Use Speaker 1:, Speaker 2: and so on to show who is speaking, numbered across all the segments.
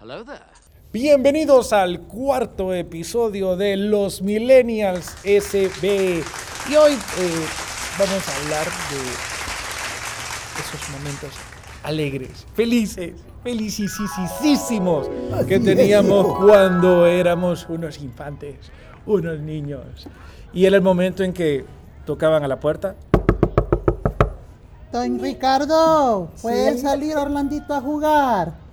Speaker 1: Hello there.
Speaker 2: Bienvenidos al cuarto episodio de Los Millennials SB. Y hoy eh, vamos a hablar de esos momentos alegres, felices, felicísimos que teníamos cuando éramos unos infantes, unos niños. Y era el momento en que tocaban a la puerta.
Speaker 3: Don Ricardo, ¿puedes salir Orlandito a jugar?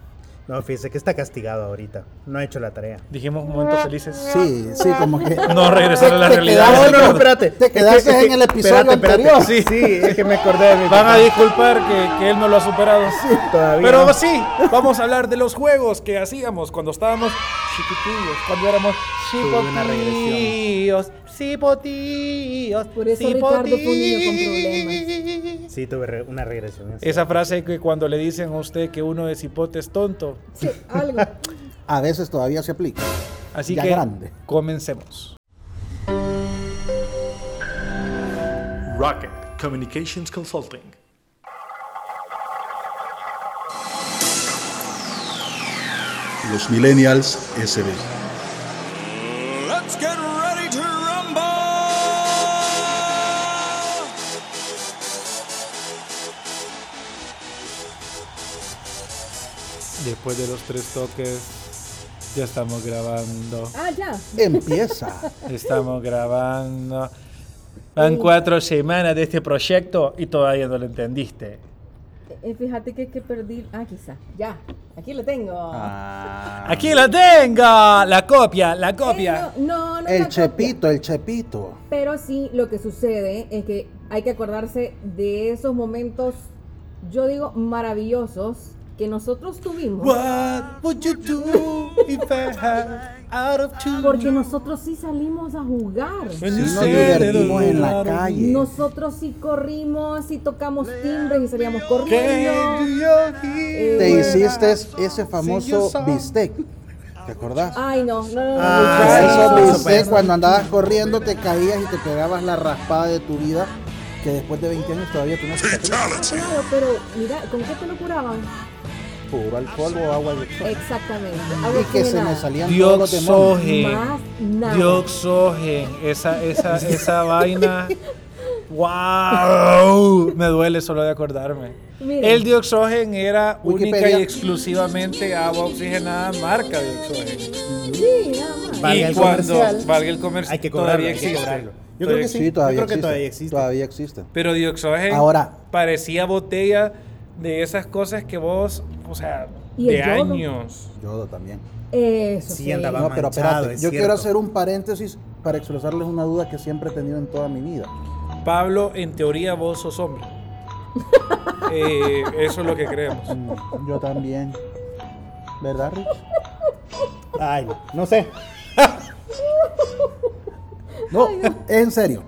Speaker 4: No, fíjese que está castigado ahorita. No ha hecho la tarea.
Speaker 2: Dijimos momentos felices.
Speaker 5: Sí, sí, como que.
Speaker 2: No regresar a la
Speaker 5: Te
Speaker 2: realidad.
Speaker 5: quedaste-
Speaker 2: No, no, no,
Speaker 4: espérate.
Speaker 5: Te quedaste en el episodio anterior.
Speaker 4: Sí, sí, es que me acordé de mi
Speaker 2: Van a
Speaker 4: papá.
Speaker 2: disculpar que, que él no lo ha superado.
Speaker 4: todavía
Speaker 2: Pero
Speaker 4: no.
Speaker 2: sí, vamos a hablar de los juegos que hacíamos cuando estábamos chiquitillos, cuando éramos
Speaker 4: Tuve una regresión.
Speaker 2: chipotillos, chipotillos,
Speaker 6: Por eso Ricardo fue un niño con problemas.
Speaker 4: Sí, tuve re- una regresión. ¿eh? en
Speaker 2: Esa frase que cuando le dicen a usted que uno de cipote es tonto.
Speaker 6: Sí, algo.
Speaker 5: A veces todavía se aplica.
Speaker 2: Así
Speaker 5: Ya
Speaker 2: que
Speaker 5: grande.
Speaker 2: comencemos.
Speaker 7: Rocket Communications Consulting.
Speaker 8: Los Millennials SB.
Speaker 2: Después de los tres toques, ya estamos grabando.
Speaker 6: Ah, ya.
Speaker 5: Empieza.
Speaker 2: Estamos grabando. Van cuatro semanas de este proyecto y todavía no lo entendiste.
Speaker 6: Eh, fíjate que, que perdí. Ah, quizá. Ya. Aquí lo tengo.
Speaker 5: Ah.
Speaker 2: Aquí lo tengo, la copia, la
Speaker 6: Eh,
Speaker 2: copia.
Speaker 6: no, no, no.
Speaker 5: El
Speaker 6: la copia.
Speaker 5: chepito, el chepito.
Speaker 6: Pero sí, lo que sucede es que hay que acordarse de esos momentos, yo digo, maravillosos que nosotros tuvimos.
Speaker 2: What would you do if I had out of two?
Speaker 6: Porque nosotros sí salimos a jugar.
Speaker 2: When
Speaker 5: Si
Speaker 2: you
Speaker 5: nos
Speaker 2: said it
Speaker 5: divertimos en la
Speaker 2: out of-
Speaker 5: calle.
Speaker 6: Nosotros sí corrimos y tocamos timbres y salíamos
Speaker 2: Can
Speaker 6: corriendo.
Speaker 2: you hear
Speaker 5: Te
Speaker 6: Eh,
Speaker 5: hiciste ese famoso
Speaker 2: song.
Speaker 5: bistec. ¿Te acordás?
Speaker 6: Ay, no, no, no, no, no.
Speaker 4: Ah, eso
Speaker 6: no.
Speaker 5: Eso
Speaker 4: por
Speaker 5: bistec
Speaker 4: supuesto.
Speaker 5: cuando andabas corriendo te caías y te pegabas la raspada de tu vida. Que después de 20 años todavía tú no cicatriz.
Speaker 6: Claro, pero mira, ¿con qué te lo curaban?
Speaker 5: Puro alcohol o agua de sol.
Speaker 6: Exactamente.
Speaker 5: Y
Speaker 6: agua
Speaker 5: que se me
Speaker 6: oxigenada.
Speaker 5: salían todos los demonios.
Speaker 2: Dioxogen.
Speaker 6: Más nada.
Speaker 2: Dioxogen. Esa, esa, esa vaina. ¡Wow! Me duele solo de acordarme.
Speaker 6: Miren.
Speaker 2: El dioxogen era única
Speaker 5: Wikipedia.
Speaker 2: y exclusivamente agua oxigenada marca dioxogen.
Speaker 6: Sí, nada
Speaker 4: Vale.
Speaker 6: más.
Speaker 4: Valga
Speaker 2: y
Speaker 4: el
Speaker 2: cuando
Speaker 4: comercial.
Speaker 2: valga el comercio,
Speaker 4: Hay que cobrarlo,
Speaker 2: todavía
Speaker 4: hay que
Speaker 2: existe.
Speaker 4: cobrarlo.
Speaker 5: Yo creo que
Speaker 2: existe.
Speaker 5: sí, todavía
Speaker 4: creo que
Speaker 5: existe.
Speaker 4: todavía existe.
Speaker 5: Todavía existe.
Speaker 2: Pero dioxogen
Speaker 5: Ahora.
Speaker 2: parecía botella de esas cosas que vos, o sea,
Speaker 6: Y
Speaker 2: de
Speaker 6: el yodo.
Speaker 2: años.
Speaker 5: Yodo también.
Speaker 6: Eso
Speaker 4: Sí,
Speaker 6: sí.
Speaker 4: andaba
Speaker 5: No, pero
Speaker 4: manchado,
Speaker 5: espérate,
Speaker 4: es
Speaker 5: yo
Speaker 4: cierto.
Speaker 5: quiero hacer un paréntesis para expresarles una duda que siempre he tenido en toda mi vida.
Speaker 2: Pablo, en teoría vos sos hombre. Eh, eso es lo que creemos.
Speaker 5: Mm, Yo también. ¿Verdad, Rich?
Speaker 4: Ay, no sé.
Speaker 5: No, en serio.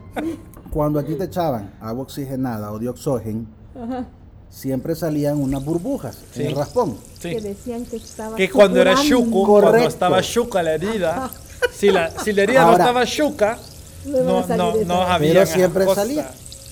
Speaker 5: Cuando aquí te echaban agua oxigenada o dioxogen, siempre salían unas burbujas en el raspón.
Speaker 6: Que decían que estaba.
Speaker 2: Que cuando era
Speaker 6: suturando.
Speaker 2: Shuku, cuando
Speaker 5: Correcto.
Speaker 2: estaba Shuka la herida, si la, si la herida no
Speaker 5: Ahora.
Speaker 2: estaba Shuka,
Speaker 6: No iban a
Speaker 2: no,
Speaker 6: salir
Speaker 2: no,
Speaker 6: de
Speaker 2: no
Speaker 6: esa.
Speaker 2: había
Speaker 5: Pero siempre salía.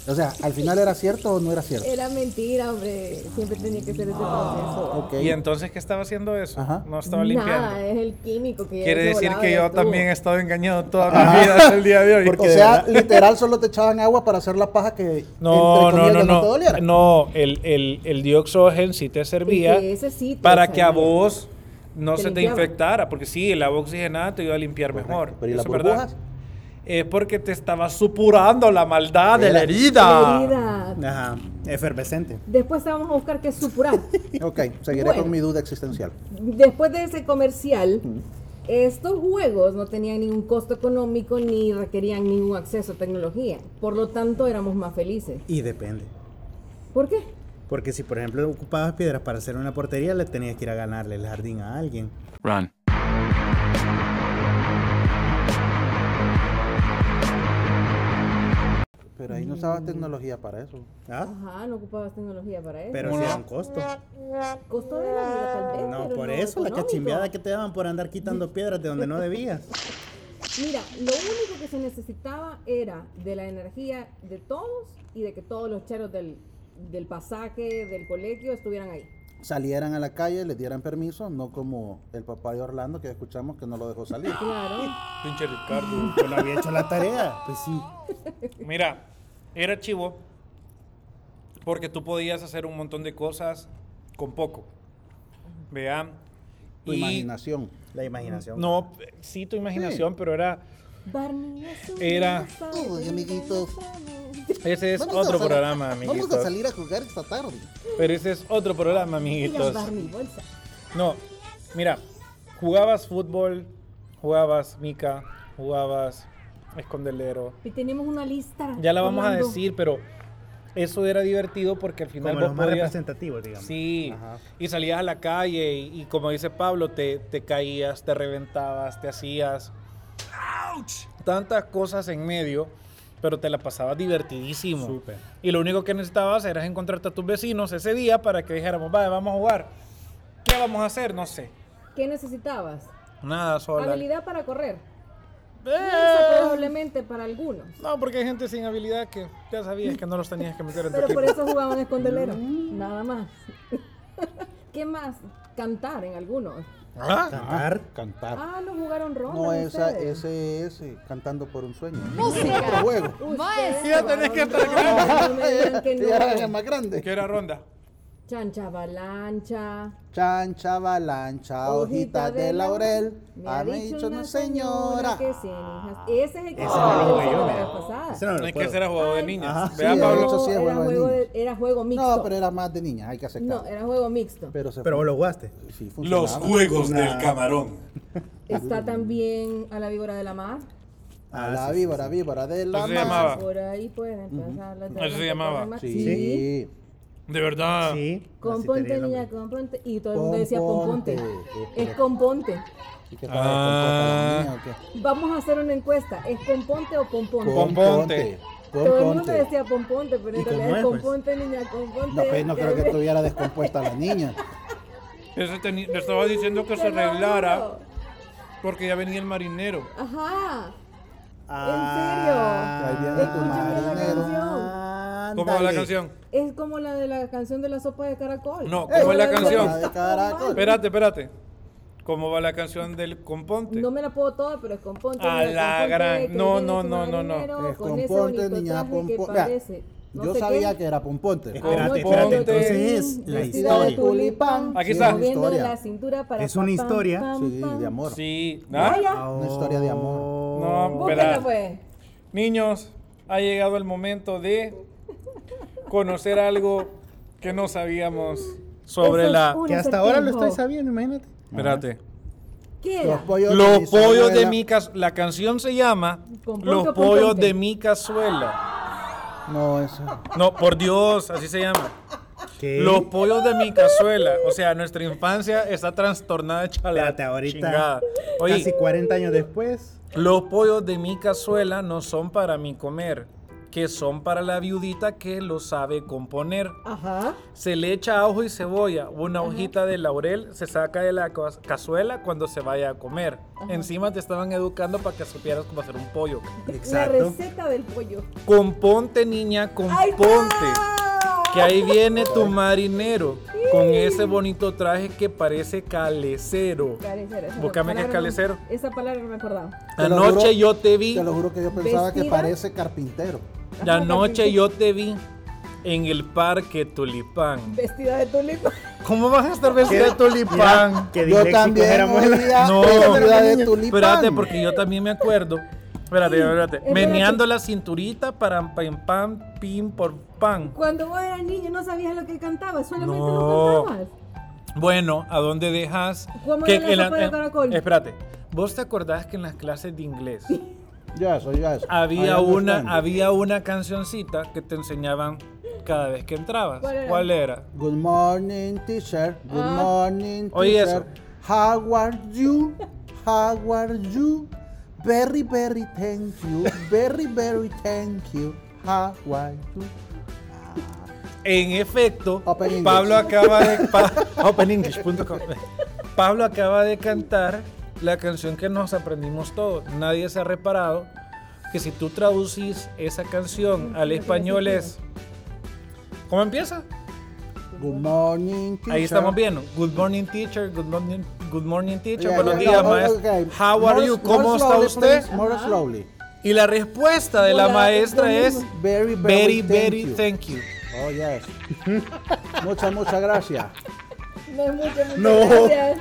Speaker 5: O sea, al final era cierto o no era cierto.
Speaker 6: Era mentira, hombre. Siempre tenía que ser ese proceso.
Speaker 5: Ok.
Speaker 2: ¿Y entonces qué estaba haciendo eso?
Speaker 5: Ajá.
Speaker 2: No estaba
Speaker 6: Nada,
Speaker 2: limpiando.
Speaker 6: es el químico que
Speaker 2: Quiere
Speaker 6: se
Speaker 2: decir
Speaker 6: volaba
Speaker 2: que
Speaker 6: y ya
Speaker 2: yo
Speaker 6: estuvo.
Speaker 2: también he estado engañado toda mi vida hasta el día de hoy.
Speaker 5: o sea, literal solo te echaban agua para hacer la paja que
Speaker 2: No,
Speaker 5: entre
Speaker 2: no,
Speaker 5: comillas,
Speaker 2: no,
Speaker 5: te
Speaker 2: no.
Speaker 5: doliera.
Speaker 2: No, el, el, el dioxogen sí te servía
Speaker 6: que ese sí te
Speaker 2: para que a
Speaker 6: servía.
Speaker 2: vos no
Speaker 6: Te
Speaker 2: se te
Speaker 6: limpiaba.
Speaker 2: infectara, porque sí, el agua oxigenada te iba a limpiar mejor.
Speaker 5: Pero ¿y las
Speaker 2: eso es verdad.
Speaker 5: burbujas?
Speaker 2: Es porque te estaba supurando la maldad de la
Speaker 6: La
Speaker 2: herida.
Speaker 6: herida.
Speaker 4: Ajá, efervescente.
Speaker 6: Después te vamos a buscar que supurar.
Speaker 5: Ok, seguiré
Speaker 6: Bueno.
Speaker 5: con mi duda existencial.
Speaker 6: Después de ese comercial, estos juegos no tenían ningún costo económico ni requerían ningún acceso a tecnología. Por lo tanto, éramos más felices.
Speaker 4: Y depende.
Speaker 6: ¿Por qué?
Speaker 4: Porque si, por ejemplo, ocupabas piedras para hacer una portería, le tenías que ir a ganarle el jardín a alguien.
Speaker 7: Run.
Speaker 5: Pero ahí no usabas tecnología para eso.
Speaker 4: ¿Ah?
Speaker 6: Ajá, no ocupabas tecnología para eso.
Speaker 4: Pero si era un costo.
Speaker 6: costo de la vida, tal vez.
Speaker 4: No,
Speaker 6: pero
Speaker 4: por eso la
Speaker 6: económico.
Speaker 4: cachimbeada que te daban por andar quitando piedras de donde no debías.
Speaker 6: Mira, lo único que se necesitaba era de la energía de todos y de que todos los cheros del, del pasaje, del colegio, estuvieran ahí.
Speaker 5: salieran a la calle, les dieran permiso, no como el papá de Orlando que escuchamos que no lo dejó salir.
Speaker 6: Claro.
Speaker 2: Pinche Ricardo.
Speaker 4: Yo no había hecho la tarea. Pues sí.
Speaker 2: Mira, era chivo porque tú podías hacer un montón de cosas con poco. Vean.
Speaker 5: Tu imaginación.
Speaker 4: La imaginación.
Speaker 2: No, sí, tu imaginación, pero era.
Speaker 6: Barney es un
Speaker 2: Era-
Speaker 6: dinosaurio,
Speaker 1: Uy, amiguitos.
Speaker 2: Ese es
Speaker 1: Vamos a
Speaker 2: otro
Speaker 1: sal-
Speaker 2: programa, amiguitos.
Speaker 1: Vamos a salir a jugar esta tarde.
Speaker 2: Pero ese es otro programa,
Speaker 6: y la
Speaker 2: amiguitos.
Speaker 6: Barney bolsa.
Speaker 2: No, mira, jugabas fútbol, jugabas mica, jugabas escondelero.
Speaker 6: Y tenemos una lista.
Speaker 2: Ya la vamos a
Speaker 6: Orlando.
Speaker 2: decir, pero eso era divertido porque al final
Speaker 4: Como
Speaker 2: vos
Speaker 4: los más
Speaker 2: podías-
Speaker 4: representativos, digamos.
Speaker 2: Sí,
Speaker 4: Ajá.
Speaker 2: y salías a la calle y, y como dice Pablo, te, te caías, te reventabas, te hacías tantas cosas en medio, pero te la pasabas divertidísimo.
Speaker 4: Súper.
Speaker 2: Y lo único que necesitabas era encontrarte a tus vecinos ese día para que dijéramos, vale, vamos a jugar. ¿Qué vamos a hacer? No sé.
Speaker 6: ¿Qué necesitabas?
Speaker 2: Nada, sola.
Speaker 6: Habilidad para correr. Esa
Speaker 2: Eh,
Speaker 6: probablemente para algunos.
Speaker 2: no, porque hay gente sin habilidad que ya sabías que no los tenías que meter en tu
Speaker 6: Pero por
Speaker 2: equipo.
Speaker 6: eso jugaban escondelero.
Speaker 5: Mm.
Speaker 6: Nada más. ¿Qué más? Cantar en algunos.
Speaker 2: Ah,
Speaker 4: Cantar.
Speaker 5: Cantar.
Speaker 6: Ah, no jugaron ronda.
Speaker 5: No, esa,
Speaker 6: ustedes.
Speaker 5: ese es eh, Cantando por un Sueño.
Speaker 1: Música.
Speaker 5: juego.
Speaker 1: Maestro.
Speaker 2: Ya tenés que estar
Speaker 6: No, no me digan que
Speaker 5: Ya era
Speaker 6: no.
Speaker 5: más grande.
Speaker 2: ¿Qué era ronda?
Speaker 6: Chancha avalancha.
Speaker 5: Chancha, avalancha, hojita de laurel.
Speaker 6: Me
Speaker 5: Ha
Speaker 6: ha
Speaker 5: dicho
Speaker 6: dicho
Speaker 5: una
Speaker 6: señora
Speaker 5: señora. Ah.
Speaker 6: que sin hijas. Ese es el que
Speaker 4: Ese no lo jugué
Speaker 6: ese
Speaker 4: yo,
Speaker 6: la
Speaker 4: vea.
Speaker 6: vez pasada.
Speaker 4: Ese no lo
Speaker 2: No es que
Speaker 4: puedo.
Speaker 2: ese era juego de niñas.
Speaker 4: Ajá,
Speaker 2: Vea,
Speaker 5: sí,
Speaker 2: Pablo.
Speaker 5: de hecho, sí, es
Speaker 6: era,
Speaker 5: juego de
Speaker 6: juego
Speaker 5: niños.
Speaker 6: de- era juego mixto.
Speaker 5: No, pero era más de niña, hay que aceptar.
Speaker 6: No, era juego mixto.
Speaker 5: Pero se
Speaker 4: Pero vos lo jugaste.
Speaker 5: sí funcionaba.
Speaker 9: Los juegos del camarón.
Speaker 6: Está también a la víbora de la mar.
Speaker 5: A la víbora, víbora de la
Speaker 2: Así se
Speaker 5: mar.
Speaker 2: llamaba.
Speaker 6: Por ahí pueden pasar las
Speaker 2: Así se llamaba.
Speaker 5: Sí.
Speaker 6: Sí.
Speaker 2: De verdad.
Speaker 4: Sí.
Speaker 6: Con
Speaker 4: así te diría el
Speaker 6: ponte,
Speaker 4: nombre.
Speaker 6: niña, con ponte. Y todo el mundo decía con
Speaker 5: Componte.
Speaker 6: ponte. Es con ponte.
Speaker 5: ¿Y qué tal?
Speaker 2: Ah.
Speaker 5: ¿Con coca la niña o
Speaker 6: Vamos a hacer una encuesta. ¿Es con ponte o con
Speaker 5: qué?
Speaker 6: ponte?
Speaker 2: Con ponte.
Speaker 5: Con
Speaker 6: todo el mundo
Speaker 5: ponte.
Speaker 6: decía con ponte, pero en
Speaker 4: ¿Y cómo
Speaker 6: realidad es
Speaker 4: es,
Speaker 6: con
Speaker 4: pues?
Speaker 6: ponte, niña, con ponte.
Speaker 5: No, pues, no creo que estuviera descompuesta la niña.
Speaker 2: Ese teni- le estaba diciendo que se
Speaker 6: Te lo
Speaker 2: arreglara
Speaker 6: juro.
Speaker 2: porque ya venía el marinero.
Speaker 6: Ajá.
Speaker 4: Ah,
Speaker 5: ahí viene
Speaker 6: en
Speaker 5: tu
Speaker 6: serio. Escúchame
Speaker 5: marinero.
Speaker 6: la canción.
Speaker 2: ¿Cómo va la
Speaker 4: ándale.
Speaker 2: canción?
Speaker 6: Es como la de la canción de la sopa de caracol.
Speaker 2: No, ¿cómo es la
Speaker 6: de
Speaker 2: canción?
Speaker 5: La de caracol.
Speaker 2: Espérate, espérate. ¿Cómo va la canción del componte?
Speaker 6: No me la puedo toda, pero es con ponte.
Speaker 2: A
Speaker 6: mira,
Speaker 2: la
Speaker 6: con ponte,
Speaker 2: gran-
Speaker 6: que
Speaker 2: no,
Speaker 6: viene
Speaker 2: no,
Speaker 6: tu
Speaker 2: no, no, no.
Speaker 6: marinero,
Speaker 5: Es
Speaker 6: con
Speaker 5: con
Speaker 6: ese
Speaker 5: ponte,
Speaker 6: bonito
Speaker 5: niña,
Speaker 6: traje
Speaker 5: con
Speaker 6: que
Speaker 5: ponte.
Speaker 6: parece, no
Speaker 5: Yo
Speaker 6: sé
Speaker 5: sabía
Speaker 6: qué.
Speaker 5: que era pomponte.
Speaker 4: Espérate,
Speaker 2: Anoche
Speaker 4: espérate.
Speaker 2: ponte.
Speaker 4: Entonces es la
Speaker 6: Vestida de
Speaker 4: historia.
Speaker 6: tulipán,
Speaker 2: Aquí está.
Speaker 6: moviendo
Speaker 5: Historia.
Speaker 6: la cintura para
Speaker 4: Es una
Speaker 6: pam, pam,
Speaker 4: historia.
Speaker 6: pam,
Speaker 5: Sí,
Speaker 6: pam.
Speaker 5: de amor.
Speaker 2: Sí. ¿Ah?
Speaker 6: Vaya.
Speaker 5: Una historia de amor.
Speaker 2: No,
Speaker 6: Búscala,
Speaker 2: espera.
Speaker 6: pues.
Speaker 2: Niños, ha llegado el momento de conocer algo que no sabíamos sobre
Speaker 6: Eso es
Speaker 2: la.
Speaker 6: un
Speaker 4: Que hasta ahora lo
Speaker 6: acertijo.
Speaker 4: estoy sabiendo, imagínate.
Speaker 2: Espérate.
Speaker 6: ¿Qué
Speaker 5: Los
Speaker 6: era?
Speaker 5: pollos de mi
Speaker 2: Los pollos de
Speaker 5: abuela.
Speaker 2: mi cazuela. La canción se llama
Speaker 6: Con ponte
Speaker 2: Los
Speaker 6: o con
Speaker 2: pollos
Speaker 6: ponte.
Speaker 2: de mi cazuela.
Speaker 5: No, eso.
Speaker 2: No, por Dios, así se llama.
Speaker 4: ¿Qué?
Speaker 2: Los pollos de mi cazuela. O sea, nuestra infancia está trastornada, chala.
Speaker 4: Espérate, ahorita.
Speaker 2: Chingada. Oye,
Speaker 4: Casi 40 años después.
Speaker 2: los pollos de mi cazuela no son para mi comer, que son para la viudita que lo sabe componer.
Speaker 6: Ajá.
Speaker 2: Se le echa ajo y cebolla, una hojita de laurel se saca de la caz- cazuela cuando se vaya a comer. Encima te estaban educando para que supieras cómo hacer un pollo.
Speaker 6: La
Speaker 4: Exacto.
Speaker 6: receta del pollo.
Speaker 2: Componte, niña,
Speaker 6: ¡Ahí
Speaker 2: componte.
Speaker 6: está!
Speaker 2: Que ahí viene tu marinero con ese bonito traje que parece calecero.
Speaker 6: Calecero, esa
Speaker 2: Búscame que es
Speaker 6: palabra no-
Speaker 2: calecero.
Speaker 6: Esa palabra no me acordaba.
Speaker 5: Te lo
Speaker 2: Anoche
Speaker 5: juro-
Speaker 2: yo te vi,
Speaker 5: Te lo juro que yo pensaba que
Speaker 6: Vestida.
Speaker 5: parece carpintero.
Speaker 2: la noche yo te vi en el parque Tulipán.
Speaker 6: Vestida de tulipán.
Speaker 2: ¿Cómo vas a estar vestida de tulipán?
Speaker 4: Que
Speaker 5: Yo también
Speaker 4: éramos
Speaker 5: oía
Speaker 4: la-
Speaker 2: No.
Speaker 5: pérdida de tulipán.
Speaker 2: Espérate, porque yo también me acuerdo. Espérate, espérate.
Speaker 6: espérate.
Speaker 2: Meneando la cinturita para pam, pam, pim, por pan.
Speaker 6: Cuando vos eras niño no sabías lo que cantabas, solamente
Speaker 2: No.
Speaker 6: lo cantabas.
Speaker 2: Bueno, ¿a dónde dejas?
Speaker 6: ¿Cómo
Speaker 2: que
Speaker 6: era la sopa de caracol?
Speaker 2: Espérate. ¿Vos te acordás que en las clases de inglés
Speaker 5: Ya, eso, ya, eso. I
Speaker 2: había
Speaker 5: understand.
Speaker 2: una, había una cancioncita que te enseñaban cada vez que entrabas?
Speaker 6: ¿Cuál era?
Speaker 5: Good morning, teacher. Good morning, teacher.
Speaker 2: Oye, eso.
Speaker 5: How are you? How are you? Very, very thank you. Very, very thank you. How are you?
Speaker 2: En efecto,
Speaker 5: Open English.
Speaker 2: Pablo acaba de pa- openenglish.com. Pablo acaba de cantar la canción que nos aprendimos todos. Nadie se ha reparado que si tú traducís esa canción al español es ¿Cómo empieza?
Speaker 5: Good morning, teacher.
Speaker 2: Ahí estamos bien. Good morning, teacher. Good morning, good morning teacher.
Speaker 5: Yeah,
Speaker 2: Buenos
Speaker 5: yeah,
Speaker 2: días,
Speaker 5: no,
Speaker 2: maestro.
Speaker 5: okay.
Speaker 2: How are
Speaker 5: More-
Speaker 2: you?
Speaker 5: more
Speaker 2: ¿Cómo está
Speaker 5: slowly,
Speaker 2: usted?
Speaker 5: please, More slowly.
Speaker 2: Y la respuesta de la
Speaker 6: Hola,
Speaker 2: maestra es
Speaker 5: Very,
Speaker 2: very,
Speaker 5: very,
Speaker 2: very
Speaker 5: thank
Speaker 2: thank you.
Speaker 5: Oh, yes. muchas, muchas gracias.
Speaker 6: No es mucho, muchas
Speaker 4: No.
Speaker 6: gracias.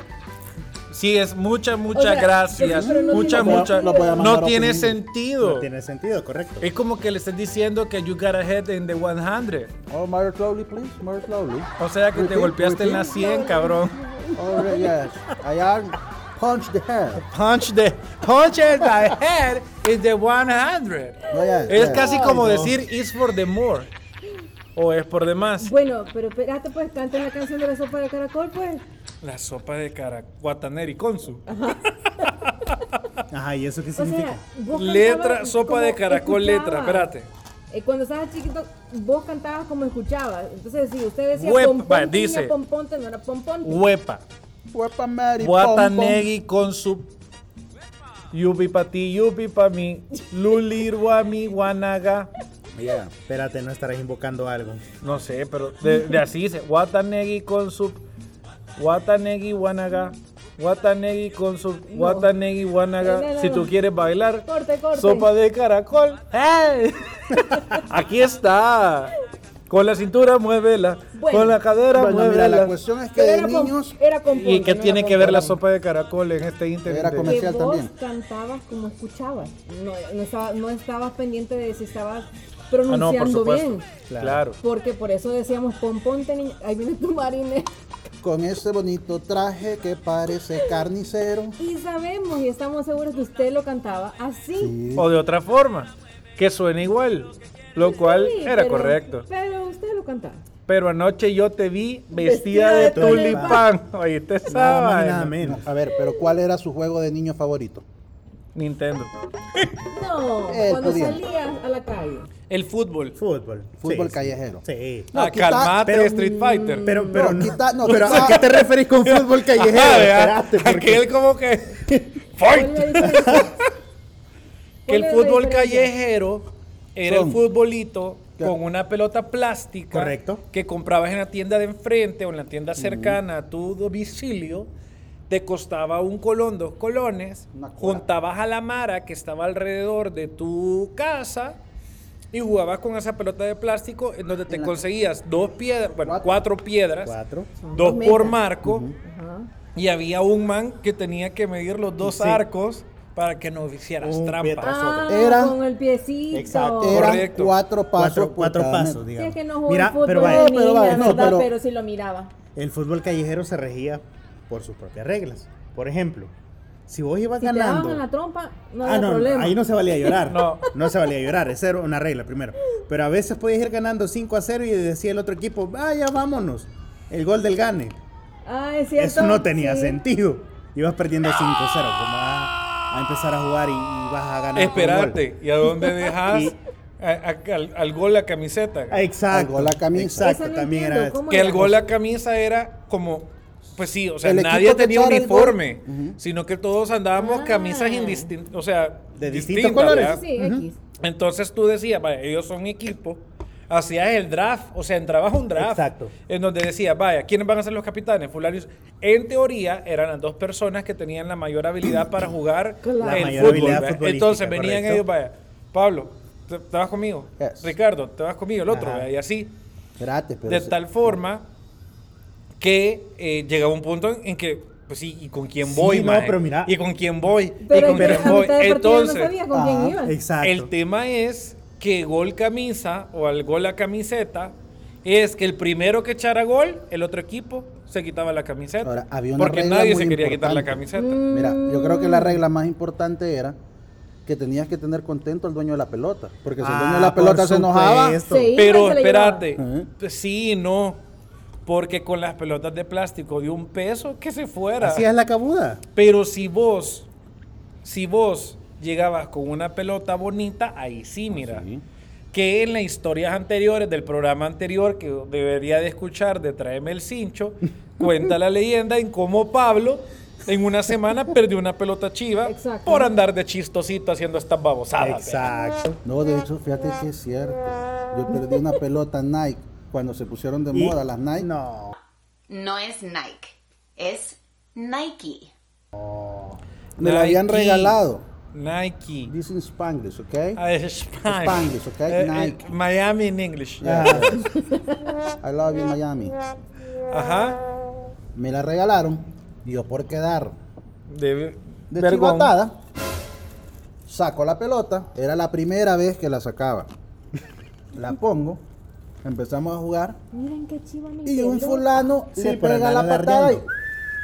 Speaker 2: Sí, es mucha, mucha
Speaker 6: sea,
Speaker 2: gracias.
Speaker 6: eso, pero no
Speaker 2: mucha,
Speaker 6: tiene
Speaker 2: mucha.
Speaker 6: sentido. Lo voy
Speaker 5: a
Speaker 2: No
Speaker 5: mandar a
Speaker 2: tiene
Speaker 5: opinión.
Speaker 2: sentido.
Speaker 4: No tiene sentido, correcto.
Speaker 2: Es como que le estás diciendo que you got ahead in the 100.
Speaker 5: Oh, more slowly, please. More slowly.
Speaker 2: O sea que te
Speaker 5: Repeat,
Speaker 2: golpeaste en la
Speaker 5: repeat.
Speaker 2: 100, cabrón.
Speaker 5: Oh, re- yes. I am punch the head.
Speaker 2: Punch the, punch in the head in the 100.
Speaker 5: No, yes,
Speaker 2: Es
Speaker 5: yes.
Speaker 2: casi como decir is for the more. O es por demás.
Speaker 6: Bueno, pero espérate, pues canta la canción de la sopa de caracol, pues.
Speaker 2: La sopa de cara, Guataneri Consu.
Speaker 4: Ajá, ¿y eso qué
Speaker 6: O
Speaker 4: significa?
Speaker 6: sea, vos
Speaker 2: Letra,
Speaker 6: cantabas
Speaker 2: sopa
Speaker 6: como
Speaker 2: de caracol,
Speaker 6: escuchabas.
Speaker 2: letra, espérate.
Speaker 6: Eh, cuando estabas chiquito, vos cantabas como escuchabas. Entonces, si usted decía
Speaker 2: Huepa,
Speaker 6: pompón, niña,
Speaker 2: dice.
Speaker 6: pomponte, no era pompón.
Speaker 2: Huepa.
Speaker 5: Huepa, Mary, pom, pom.
Speaker 2: Guatanegui con su Yupi pa ti, yupi pa mí, Luliruami, Guanaga.
Speaker 5: Yeah.
Speaker 4: Espérate, no estarás invocando algo.
Speaker 2: No sé, pero de, de así dice. Guatanegui con su Guatanegui, Guanaga. Guatanegui con su Guatanegui, Guanaga.
Speaker 6: No, no,
Speaker 2: Si
Speaker 6: no.
Speaker 2: tú quieres bailar,
Speaker 6: Corte, corte.
Speaker 2: sopa de caracol. ¡Ey! Aquí está. Con la cintura, muévela.
Speaker 6: Bueno.
Speaker 2: Con la cadera,
Speaker 5: Bueno, mira, la
Speaker 2: muévela.
Speaker 5: cuestión es que
Speaker 6: Pero
Speaker 5: de
Speaker 6: era, pom-
Speaker 5: niños
Speaker 6: era pompón.
Speaker 2: ¿Y qué
Speaker 6: no
Speaker 2: tiene
Speaker 6: era
Speaker 2: que ver la
Speaker 6: pompón.
Speaker 2: sopa de caracol en este ínter?
Speaker 5: Era
Speaker 2: de-
Speaker 5: comer-
Speaker 6: que
Speaker 5: comercial
Speaker 6: vos
Speaker 5: también.
Speaker 6: cantabas como escuchabas. No, no, estaba- no estabas pendiente de si estabas
Speaker 2: Ah, no,
Speaker 6: pronunciando
Speaker 2: por supuesto.
Speaker 6: bien.
Speaker 2: Claro.
Speaker 6: Porque por eso decíamos pomponte, niña. Ahí viene tu marinero.
Speaker 5: con ese bonito traje que parece carnicero.
Speaker 6: Y sabemos y estamos seguros que usted lo cantaba así.
Speaker 2: O de otra forma, que suena igual, lo cual
Speaker 6: Sí,
Speaker 2: era
Speaker 6: pero-
Speaker 2: correcto.
Speaker 6: Pero usted lo cantaba.
Speaker 2: Pero anoche yo te vi vestida de
Speaker 6: Vestida de
Speaker 2: tulipán. Oíste esa
Speaker 4: Nada más y nada
Speaker 2: vaina.
Speaker 4: menos.
Speaker 5: A ver, pero ¿cuál era su juego de niño favorito?
Speaker 2: Nintendo.
Speaker 6: No,
Speaker 5: El
Speaker 6: cuando
Speaker 5: pudiente.
Speaker 6: salías a la calle.
Speaker 2: El fútbol.
Speaker 4: Fútbol.
Speaker 5: Fútbol
Speaker 4: Sí,
Speaker 5: callejero.
Speaker 4: Sí.
Speaker 5: No,
Speaker 2: ah,
Speaker 5: quizá-
Speaker 2: calmate,
Speaker 4: pero- mm,
Speaker 2: Street Fighter.
Speaker 4: Pero, pero,
Speaker 5: No,
Speaker 4: no,
Speaker 5: quizá- no,
Speaker 4: pero
Speaker 5: quizá-
Speaker 4: ¿a qué te referís con fútbol callejero?
Speaker 2: Ajá, ¿verdad?
Speaker 4: Espérate, porque-
Speaker 2: Aquel como que.
Speaker 6: ¿Cuál
Speaker 2: ¡Fight!
Speaker 6: es la diferencia?
Speaker 2: Que el
Speaker 6: ¿Cuál es la
Speaker 2: fútbol
Speaker 6: diferencia?
Speaker 2: callejero era el
Speaker 5: Son.
Speaker 2: futbolito con una pelota plástica
Speaker 4: Correcto.
Speaker 2: que comprabas en la tienda de enfrente o en la tienda cercana a tu domicilio. Te costaba un colón, dos colones.
Speaker 5: Una cuarta.
Speaker 2: Juntabas a la mara que estaba alrededor de tu casa y jugabas con esa pelota de plástico en donde te conseguías dos piedras, bueno,
Speaker 5: Cuatro.
Speaker 2: cuatro piedras,
Speaker 4: Cuatro.
Speaker 2: dos
Speaker 6: Dos
Speaker 2: por
Speaker 6: metas.
Speaker 2: marco. Y había un man que tenía que medir los dos arcos para que no hicieras
Speaker 4: Un pie
Speaker 2: trampas.
Speaker 4: tras
Speaker 6: Ah,
Speaker 5: Era-
Speaker 6: con el piecito.
Speaker 4: Exacto.
Speaker 5: Eran
Speaker 2: Correcto.
Speaker 5: cuatro pasos.
Speaker 4: Cuatro,
Speaker 5: por
Speaker 4: cuatro
Speaker 5: cada metro.
Speaker 4: pasos,
Speaker 6: Sí,
Speaker 4: digamos.
Speaker 6: es que no jugué
Speaker 4: Mira,
Speaker 6: fútbol
Speaker 4: pero
Speaker 6: de
Speaker 4: vaya,
Speaker 5: No, pero
Speaker 6: niña,
Speaker 5: vaya, no,
Speaker 6: ¿verdad? pero...
Speaker 5: pero-
Speaker 6: sí lo miraba.
Speaker 4: el fútbol callejero se regía por sus propias reglas. Por ejemplo, si vos ibas
Speaker 6: Si te
Speaker 4: ganando...
Speaker 6: daban en la trompa, no
Speaker 4: ah,
Speaker 6: había
Speaker 4: no,
Speaker 6: problema.
Speaker 4: ahí no se valía llorar.
Speaker 2: No.
Speaker 4: no. se valía llorar, esa era una regla primero. Pero a veces podías ir ganando 5 a 0 y decía el otro equipo, vaya, vámonos. El gol del gane.
Speaker 6: Ah, es cierto.
Speaker 4: Eso no tenía
Speaker 6: sí.
Speaker 4: sentido. Ibas perdiendo 5 a 0. Como "Ah, a, a empezar a jugar y, y vas a ganar. por
Speaker 2: Esperarte.
Speaker 4: gol.
Speaker 2: ¿Y a dónde dejas
Speaker 4: Y-
Speaker 2: a- a- al, al gol la camiseta?
Speaker 4: Ah, Exacto.
Speaker 5: Al gol la camisa.
Speaker 4: Exacto,
Speaker 6: Eso no
Speaker 4: también
Speaker 6: entiendo,
Speaker 4: era.
Speaker 6: ¿cómo
Speaker 2: que el
Speaker 6: era?
Speaker 2: gol la camisa era como. Pues sí, o sea,
Speaker 5: El
Speaker 2: nadie
Speaker 5: equipo que
Speaker 2: tenía
Speaker 5: echara el gol.
Speaker 2: uniforme, sino que todos andábamos
Speaker 6: Ah.
Speaker 2: camisas indistintas, o sea,
Speaker 4: De distintos
Speaker 2: distintas,
Speaker 4: colores.
Speaker 2: ¿verdad?
Speaker 6: Sí, X.
Speaker 2: Entonces tú decías, vaya, ellos son equipo. Hacías el draft, o sea, entrabas a un draft.
Speaker 4: Exacto.
Speaker 2: En donde decías, vaya, ¿quiénes van a ser los capitanes? Fulanios. En teoría, eran las dos personas que tenían la mayor habilidad para jugar
Speaker 6: Claro. La
Speaker 2: el
Speaker 4: mayor
Speaker 2: fútbol.
Speaker 4: habilidad
Speaker 2: ¿verdad?
Speaker 4: futbolística,
Speaker 2: Entonces venían
Speaker 4: correcto.
Speaker 2: ellos, vaya, Pablo, te, te vas conmigo.
Speaker 5: Yes.
Speaker 2: Ricardo, te vas conmigo. El otro,
Speaker 4: Ajá.
Speaker 2: ¿verdad? y así.
Speaker 5: Espérate, pero.
Speaker 2: de
Speaker 5: se-
Speaker 2: tal forma que eh, llegaba un punto en, en que, pues sí, ¿y con quién
Speaker 4: Sí,
Speaker 2: voy,
Speaker 4: no,
Speaker 2: maje?
Speaker 4: pero mira.
Speaker 2: ¿Y con quién voy?
Speaker 6: Pero
Speaker 2: ¿Y con
Speaker 6: es que
Speaker 2: quién
Speaker 6: a
Speaker 2: voy?
Speaker 6: mitad de partida
Speaker 2: Entonces,
Speaker 6: no sabía con quién
Speaker 5: Ajá,
Speaker 6: ibas.
Speaker 4: Ah, Exacto.
Speaker 2: el tema es que gol camisa o al gol la camiseta es que el primero que echara gol, el otro equipo se quitaba la camiseta.
Speaker 5: Ahora, había una
Speaker 2: porque
Speaker 5: regla
Speaker 2: nadie
Speaker 5: muy
Speaker 2: se quería quitar la
Speaker 5: importante.
Speaker 2: camiseta.
Speaker 5: Mira, yo creo que la regla más importante era que tenías que tener contento al dueño de la pelota. Porque si el dueño de
Speaker 4: Ah,
Speaker 5: la
Speaker 4: por
Speaker 5: pelota se enojaba.
Speaker 4: supuesto.
Speaker 6: Sí.
Speaker 2: Pero
Speaker 6: se la llevaba.
Speaker 2: espérate,
Speaker 5: Ajá.
Speaker 2: pues sí y no. Porque con las pelotas de plástico de un peso que se fuera.
Speaker 4: Así es la cabuda.
Speaker 2: Pero si vos, si vos llegabas con una pelota bonita, ahí sí,
Speaker 5: Ah,
Speaker 2: mira. Que en las historias anteriores del programa anterior que debería de escuchar de Tráeme el Cincho, cuenta la leyenda en cómo Pablo en una semana perdió una pelota chiva
Speaker 6: Exacto.
Speaker 2: por andar de chistosito haciendo estas babosadas. ¿verdad?
Speaker 4: Exacto.
Speaker 5: No, de hecho, fíjate que es cierto. Yo perdí una pelota Nike cuando se pusieron de
Speaker 4: Y-
Speaker 5: moda las Nike.
Speaker 4: No.
Speaker 10: No es Nike, es Nike.
Speaker 5: Me la habían regalado.
Speaker 2: Nike.
Speaker 5: Dicen Spanglish, ¿ok?
Speaker 2: Ah, es Spanish.
Speaker 5: Spanglish, ok?
Speaker 2: Eh, eh,
Speaker 5: Nike.
Speaker 2: Miami in English.
Speaker 5: Yeah. I love you, Miami.
Speaker 2: Ajá.
Speaker 5: Me la regalaron. Y yo por quedar
Speaker 2: De,
Speaker 5: de
Speaker 2: vergón.
Speaker 5: chivatada, saco la pelota. Era la primera vez que la sacaba. La pongo. Empezamos a jugar.
Speaker 1: Miren qué chiva me
Speaker 5: Y un
Speaker 1: quedó.
Speaker 5: fulano
Speaker 4: Sí,
Speaker 5: le
Speaker 4: por
Speaker 5: pega
Speaker 4: andar
Speaker 5: la patada y
Speaker 4: alardeando.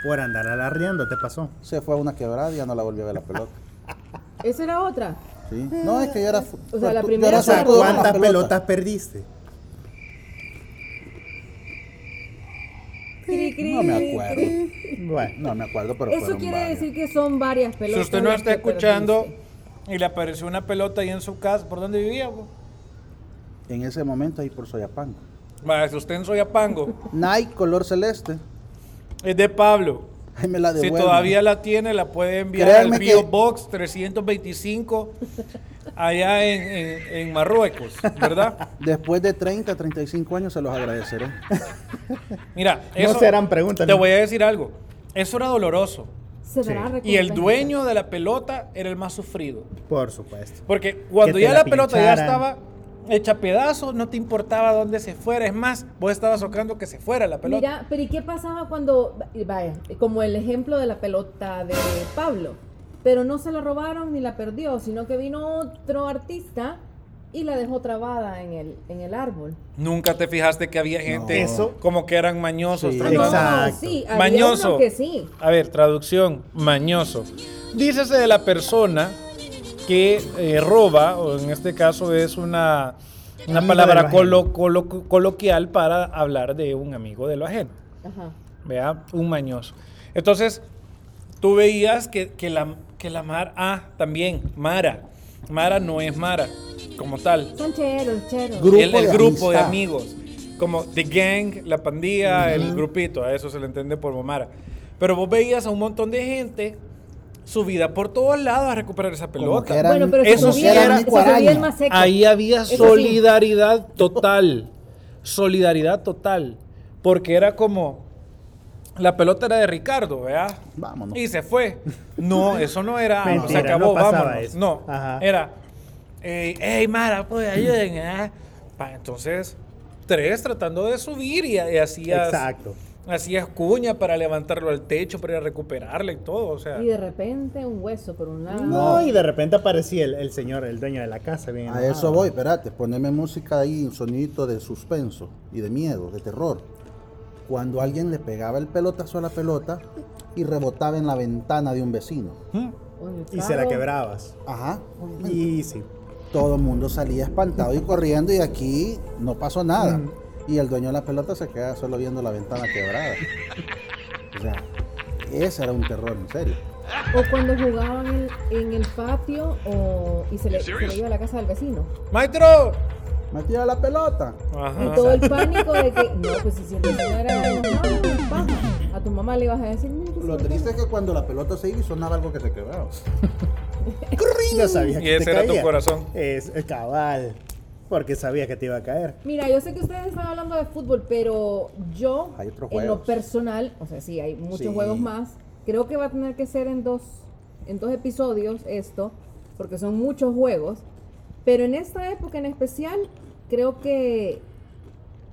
Speaker 4: Por andar alardeando, te pasó.
Speaker 5: se fue a una quebrada y ya no la volvió a ver la pelota.
Speaker 6: Esa era otra.
Speaker 5: Sí. No, es que yo era. fu-
Speaker 6: O sea, la
Speaker 5: yo
Speaker 6: primera
Speaker 5: era
Speaker 4: O sea,
Speaker 5: suertudo con las
Speaker 4: ¿cuántas
Speaker 5: pelotas.
Speaker 4: pelotas perdiste?
Speaker 6: Cri, cri,
Speaker 5: No me
Speaker 6: cri,
Speaker 5: acuerdo.
Speaker 6: cri.
Speaker 5: Bueno, no me acuerdo, pero
Speaker 6: Eso
Speaker 5: fueron
Speaker 6: quiere
Speaker 5: varias.
Speaker 6: decir que son varias
Speaker 2: Si
Speaker 6: pelotas.
Speaker 2: usted no
Speaker 6: las
Speaker 2: está
Speaker 6: que
Speaker 2: escuchando
Speaker 6: perdiste.
Speaker 2: y le apareció una pelota ahí en su casa, ¿por dónde vivía? po?
Speaker 5: En ese momento ahí por Soyapango.
Speaker 2: Va, si usted en Soyapango,
Speaker 5: Nike color celeste.
Speaker 2: es de Pablo.
Speaker 5: Ahí me
Speaker 4: Ah,
Speaker 5: la
Speaker 2: Si
Speaker 5: devuelven.
Speaker 2: todavía la tiene, la puede enviar
Speaker 5: Créanme
Speaker 2: al Bio
Speaker 5: que-
Speaker 2: Box 325 allá en, en- en Marruecos, ¿verdad?
Speaker 5: Después de 30, 35 años se los agradeceré.
Speaker 2: Mira,
Speaker 4: No
Speaker 2: eso,
Speaker 4: serán preguntas,
Speaker 2: Te
Speaker 4: ¿no?
Speaker 2: voy a decir algo. Eso era doloroso.
Speaker 6: Se dará
Speaker 2: Y el
Speaker 4: pues,
Speaker 6: recompensa.
Speaker 2: dueño de la pelota era el más sufrido.
Speaker 4: Por supuesto.
Speaker 2: Porque cuando
Speaker 4: te
Speaker 2: ya la,
Speaker 4: la
Speaker 2: pelota ya
Speaker 4: pincharan.
Speaker 2: estaba hecha pedazos, no te importaba dónde se fuera. Es más, vos estabas socando que se fuera la pelota.
Speaker 6: Mira, pero ¿y qué pasaba cuando, vaya, como el ejemplo de la pelota de Pablo, pero no se la robaron ni la perdió, sino que vino otro artista y la dejó trabada en el, en el árbol.
Speaker 2: Nunca te fijaste que había gente
Speaker 4: No. Eso-
Speaker 2: como que eran mañosos.
Speaker 5: Sí.
Speaker 6: Ah,
Speaker 2: tratando-
Speaker 4: Exacto.
Speaker 6: sí, había
Speaker 2: Mañoso.
Speaker 6: uno que sí.
Speaker 2: A ver, traducción, mañoso. Dícese de la persona que eh, roba, o en este caso es una, una
Speaker 4: Amigo de
Speaker 2: palabra
Speaker 4: lo ajeno.
Speaker 2: colo- colo- coloquial para hablar de un amigo de lo ajeno.
Speaker 6: Ajá.
Speaker 2: vea, un mañoso. Entonces, tú veías que, que la, que la Mar, ah, también, Mara. Mara no es Mara, como tal.
Speaker 6: Son cheros, cheros.
Speaker 5: Grupo
Speaker 2: el el
Speaker 5: de
Speaker 2: grupo de
Speaker 5: amistad.
Speaker 2: amigos, como The Gang, la pandilla, el grupito, a eso se le entiende por Mara. Pero vos veías a un montón de gente subida por todos lados a recuperar esa
Speaker 5: Como
Speaker 2: pelota.
Speaker 5: que eran-
Speaker 6: bueno, pero se
Speaker 2: eso sí
Speaker 6: subía,
Speaker 2: era-
Speaker 6: se subía el más seco.
Speaker 2: Ahí había
Speaker 6: Eso sí.
Speaker 2: solidaridad total. solidaridad total. Porque era como. La pelota era de Ricardo, ¿verdad?
Speaker 5: Vámonos.
Speaker 2: Y se fue. No, eso no era. se
Speaker 4: Mentira,
Speaker 2: acabó,
Speaker 4: no pasaba
Speaker 2: vámonos.
Speaker 4: eso.
Speaker 2: No.
Speaker 4: Ajá.
Speaker 2: Era. Ey, ey, Mara, pues ayuden. ah". Pa, entonces, tres tratando de subir y, y hacías.
Speaker 4: Exacto.
Speaker 2: Hacías cuña para levantarlo al techo, para ir a recuperarla y todo. O sea.
Speaker 6: Y de repente un hueso por un lado.
Speaker 4: No, y de repente aparecía el, el señor, el dueño de la casa. Bien
Speaker 5: A
Speaker 4: enojado.
Speaker 5: eso voy, espérate, poneme música ahí, un sonidito de suspenso y de miedo, de terror. Cuando alguien le pegaba el pelotazo a la pelota y rebotaba en la ventana de un vecino.
Speaker 6: Con el
Speaker 4: Y se la
Speaker 6: carro.
Speaker 4: quebrabas.
Speaker 5: Ajá. obviamente.
Speaker 4: Y sí.
Speaker 5: Todo el mundo salía espantado y corriendo y aquí no pasó nada. Y el dueño de la pelota se queda solo viendo la ventana quebrada. O sea, ese era un terror, en serio.
Speaker 6: O cuando jugaban en, en el patio o, y se le, se le iba a la casa del vecino.
Speaker 2: ¡Maestro!
Speaker 5: Me tira la pelota.
Speaker 2: Ajá.
Speaker 6: Y todo el pánico de que, no, pues si el vecino era de tu mamá, papá, a tu mamá le ibas a decir, "Mira que
Speaker 5: Lo
Speaker 6: se-
Speaker 5: triste es que cuando la pelota se iba y sonaba algo que se quebraba.
Speaker 4: Yo sabía
Speaker 2: Y
Speaker 4: que
Speaker 2: ese
Speaker 4: te
Speaker 2: era tu
Speaker 4: caía.
Speaker 2: corazón.
Speaker 4: Es el cabal. Porque sabía que te iba a caer.
Speaker 6: Mira, yo sé que ustedes están hablando de fútbol, pero yo,
Speaker 5: Hay otros
Speaker 6: en lo
Speaker 5: juegos.
Speaker 6: personal, o sea, sí, hay muchos
Speaker 5: Sí.
Speaker 6: juegos más. Creo que va a tener que ser en dos, en dos episodios esto, porque son muchos juegos. Pero en esta época en especial, creo que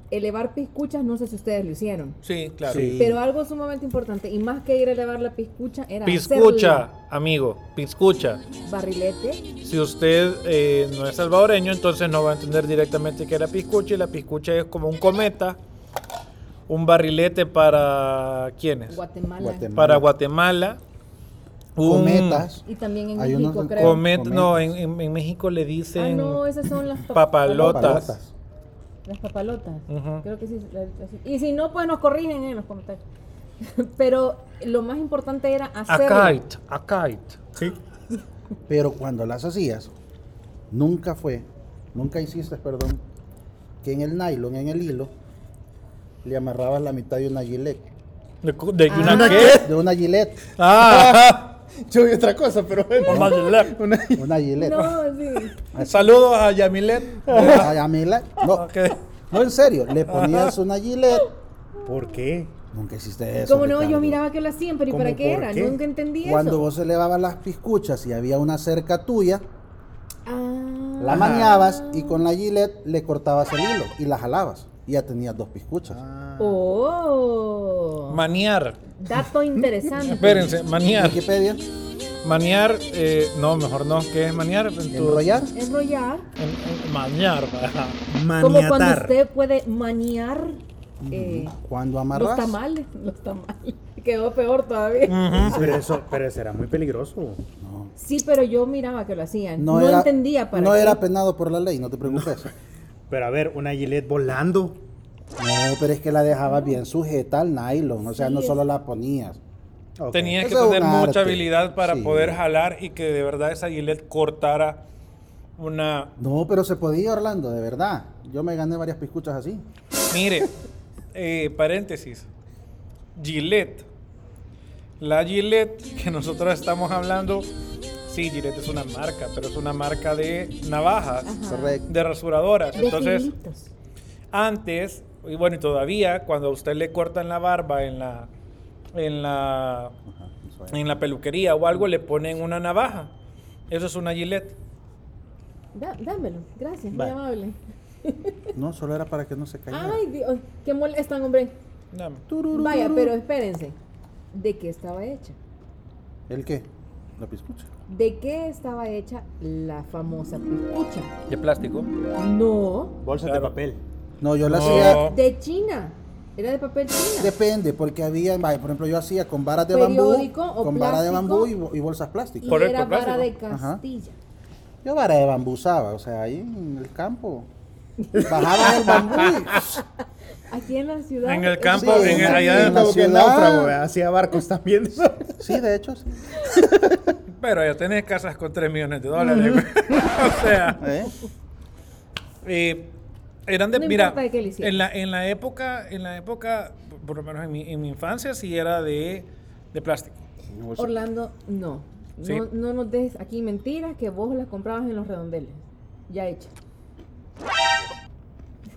Speaker 6: elevar piscuchas, no sé si ustedes lo hicieron.
Speaker 2: Sí, claro.
Speaker 5: Sí.
Speaker 6: Pero algo sumamente importante, y más que ir a elevar la piscucha, era
Speaker 2: Piscucha,
Speaker 6: hacerla.
Speaker 2: amigo, piscucha.
Speaker 6: barrilete.
Speaker 2: Si usted eh, no es salvadoreño, entonces no va a entender directamente qué era piscucha. Y la piscucha es como un cometa, un barrilete para quiénes?
Speaker 6: Guatemala.
Speaker 5: Guatemala.
Speaker 2: Para Guatemala. un
Speaker 5: Cometas.
Speaker 6: Y también en
Speaker 5: Hay
Speaker 6: México,
Speaker 5: unos-
Speaker 6: creo.
Speaker 2: comet- no,
Speaker 5: Cometas.
Speaker 2: en, en- en México le dicen.
Speaker 6: Ah, no, esas son las pap-
Speaker 2: papalotas.
Speaker 5: Papalotas.
Speaker 6: Las papalotas.
Speaker 2: Ujú.
Speaker 6: Creo que sí. la- la- sí. Y si no, pues nos corrigen en los comentarios. Pero lo más importante era hacer.
Speaker 2: Acait, acait.
Speaker 4: Sí.
Speaker 5: Pero cuando las hacías, nunca fue, nunca hiciste, perdón, que en el nylon, en el hilo, le amarrabas la mitad de una gilet.
Speaker 2: ¿De, cu- de
Speaker 6: Ah.
Speaker 2: una
Speaker 6: ¿Una
Speaker 2: qué?
Speaker 5: De una gilet.
Speaker 2: Ah,
Speaker 4: Yo vi otra cosa, pero bueno.
Speaker 2: Mamá de la-
Speaker 4: Una-
Speaker 5: Una gilet.
Speaker 6: No, sí.
Speaker 2: Saludos a Yamilet.
Speaker 5: Ay, Amila. No,
Speaker 2: Ok.
Speaker 5: No, en serio, le ponías una gilet.
Speaker 4: ¿Por qué?
Speaker 5: Nunca hiciste eso.
Speaker 6: Como no, yo
Speaker 5: Ricardo.
Speaker 6: miraba que lo hacían, pero ¿y
Speaker 4: ¿Cómo
Speaker 6: para qué
Speaker 4: por
Speaker 6: era?
Speaker 4: qué?
Speaker 6: Nunca entendí
Speaker 5: Cuando
Speaker 6: eso.
Speaker 5: vos elevabas las piscuchas y había una cerca tuya,
Speaker 6: Ah,
Speaker 5: la maniabas y con la gilet le cortabas el hilo y la jalabas. Y ya tenías dos piscuchas.
Speaker 6: Ah. Oh.
Speaker 2: Manear.
Speaker 6: Dato interesante.
Speaker 2: Espérense, manear.
Speaker 5: Wikipedia,
Speaker 2: Manear, eh, no, mejor no. ¿Qué es manear? En tu-
Speaker 5: enrollar.
Speaker 6: Enrollar.
Speaker 2: en- en- manear, va.
Speaker 6: Como cuando
Speaker 4: Maniatar.
Speaker 6: usted puede maniar eh,
Speaker 5: Cuando
Speaker 6: los
Speaker 5: amarras.
Speaker 6: tamales. Los tamales. Quedó peor
Speaker 2: Mm.
Speaker 6: todavía.
Speaker 4: Pero eso, pero eso era muy peligroso.
Speaker 6: Sí, pero yo miraba que lo hacían. No,
Speaker 5: No, era,
Speaker 6: entendía para
Speaker 5: No
Speaker 6: qué.
Speaker 5: era penado por la ley, no te preocupes.
Speaker 4: Pero a ver, una gilet volando.
Speaker 5: No, pero es que la dejabas bien sujeta al nylon. O sea, no solo la ponías.
Speaker 4: Ok.
Speaker 2: Tenías que
Speaker 5: Eso es
Speaker 2: tener
Speaker 5: un
Speaker 2: mucha
Speaker 5: arte.
Speaker 2: habilidad para
Speaker 5: Sí.
Speaker 2: poder jalar y que de verdad esa gilet cortara una.
Speaker 5: No, pero se podía, Orlando, de verdad. Yo me gané varias piscuchas así.
Speaker 2: Mire, eh, paréntesis. Gillette. La Gillette que nosotros estamos hablando. Sí, Gillette es una marca, pero es una marca de navajas,
Speaker 5: Ah. Correcto.
Speaker 2: de rasuradoras.
Speaker 6: De
Speaker 2: Entonces,
Speaker 6: filitos.
Speaker 2: antes, y bueno, y todavía, cuando a usted le cortan la barba en la, en la, en la peluquería o algo, le ponen una navaja. Eso es una Gillette.
Speaker 6: Da- dámelo, gracias, muy
Speaker 4: Vale.
Speaker 6: amable.
Speaker 5: No, solo era para que no se cayera.
Speaker 6: Ay, Dios, qué molestan, hombre.
Speaker 2: Dame.
Speaker 6: Vaya, pero espérense. ¿De qué estaba hecha?
Speaker 5: ¿El qué? La piscucha.
Speaker 6: ¿De qué estaba hecha la famosa piscucha?
Speaker 2: De plástico.
Speaker 6: No,
Speaker 4: Bolsas de papel.
Speaker 5: No, yo la
Speaker 2: No.
Speaker 5: hacía.
Speaker 6: de China. Era de papel china.
Speaker 5: Depende, porque había, vaya, por ejemplo, yo hacía con varas de bambú,
Speaker 6: Periódico o
Speaker 5: con varas de
Speaker 6: plástico.
Speaker 5: bambú y, bo- y bolsas
Speaker 6: y
Speaker 5: plásticas.
Speaker 2: Correcto,
Speaker 6: era vara de
Speaker 2: plástico.
Speaker 6: Castilla.
Speaker 5: Yo vara de bambú usaba, o sea, ahí en el campo. Bajaba el bambú.
Speaker 6: Aquí en la ciudad.
Speaker 2: En el
Speaker 6: eh,
Speaker 2: campo,
Speaker 5: Sí,
Speaker 2: en el,
Speaker 5: la-
Speaker 2: allá
Speaker 5: en la
Speaker 4: Como que
Speaker 5: ciudad.
Speaker 4: náufrago, ¿verdad? hacía barcos también.
Speaker 5: y- Sí, de hecho, sí.
Speaker 2: Pero ya tenés casas con 3 millones de dólares. güey. o sea,
Speaker 5: ¿Eh?
Speaker 2: eh, eran de.
Speaker 6: No
Speaker 2: mira,
Speaker 6: importa de qué le hicieron.
Speaker 2: en la, en la época, en la época, por- por lo menos en mi, en mi infancia, sí era de, de plástico.
Speaker 6: Orlando, no.
Speaker 2: Sí.
Speaker 6: no. No nos des aquí mentiras que vos las comprabas en los redondeles. Ya hecha.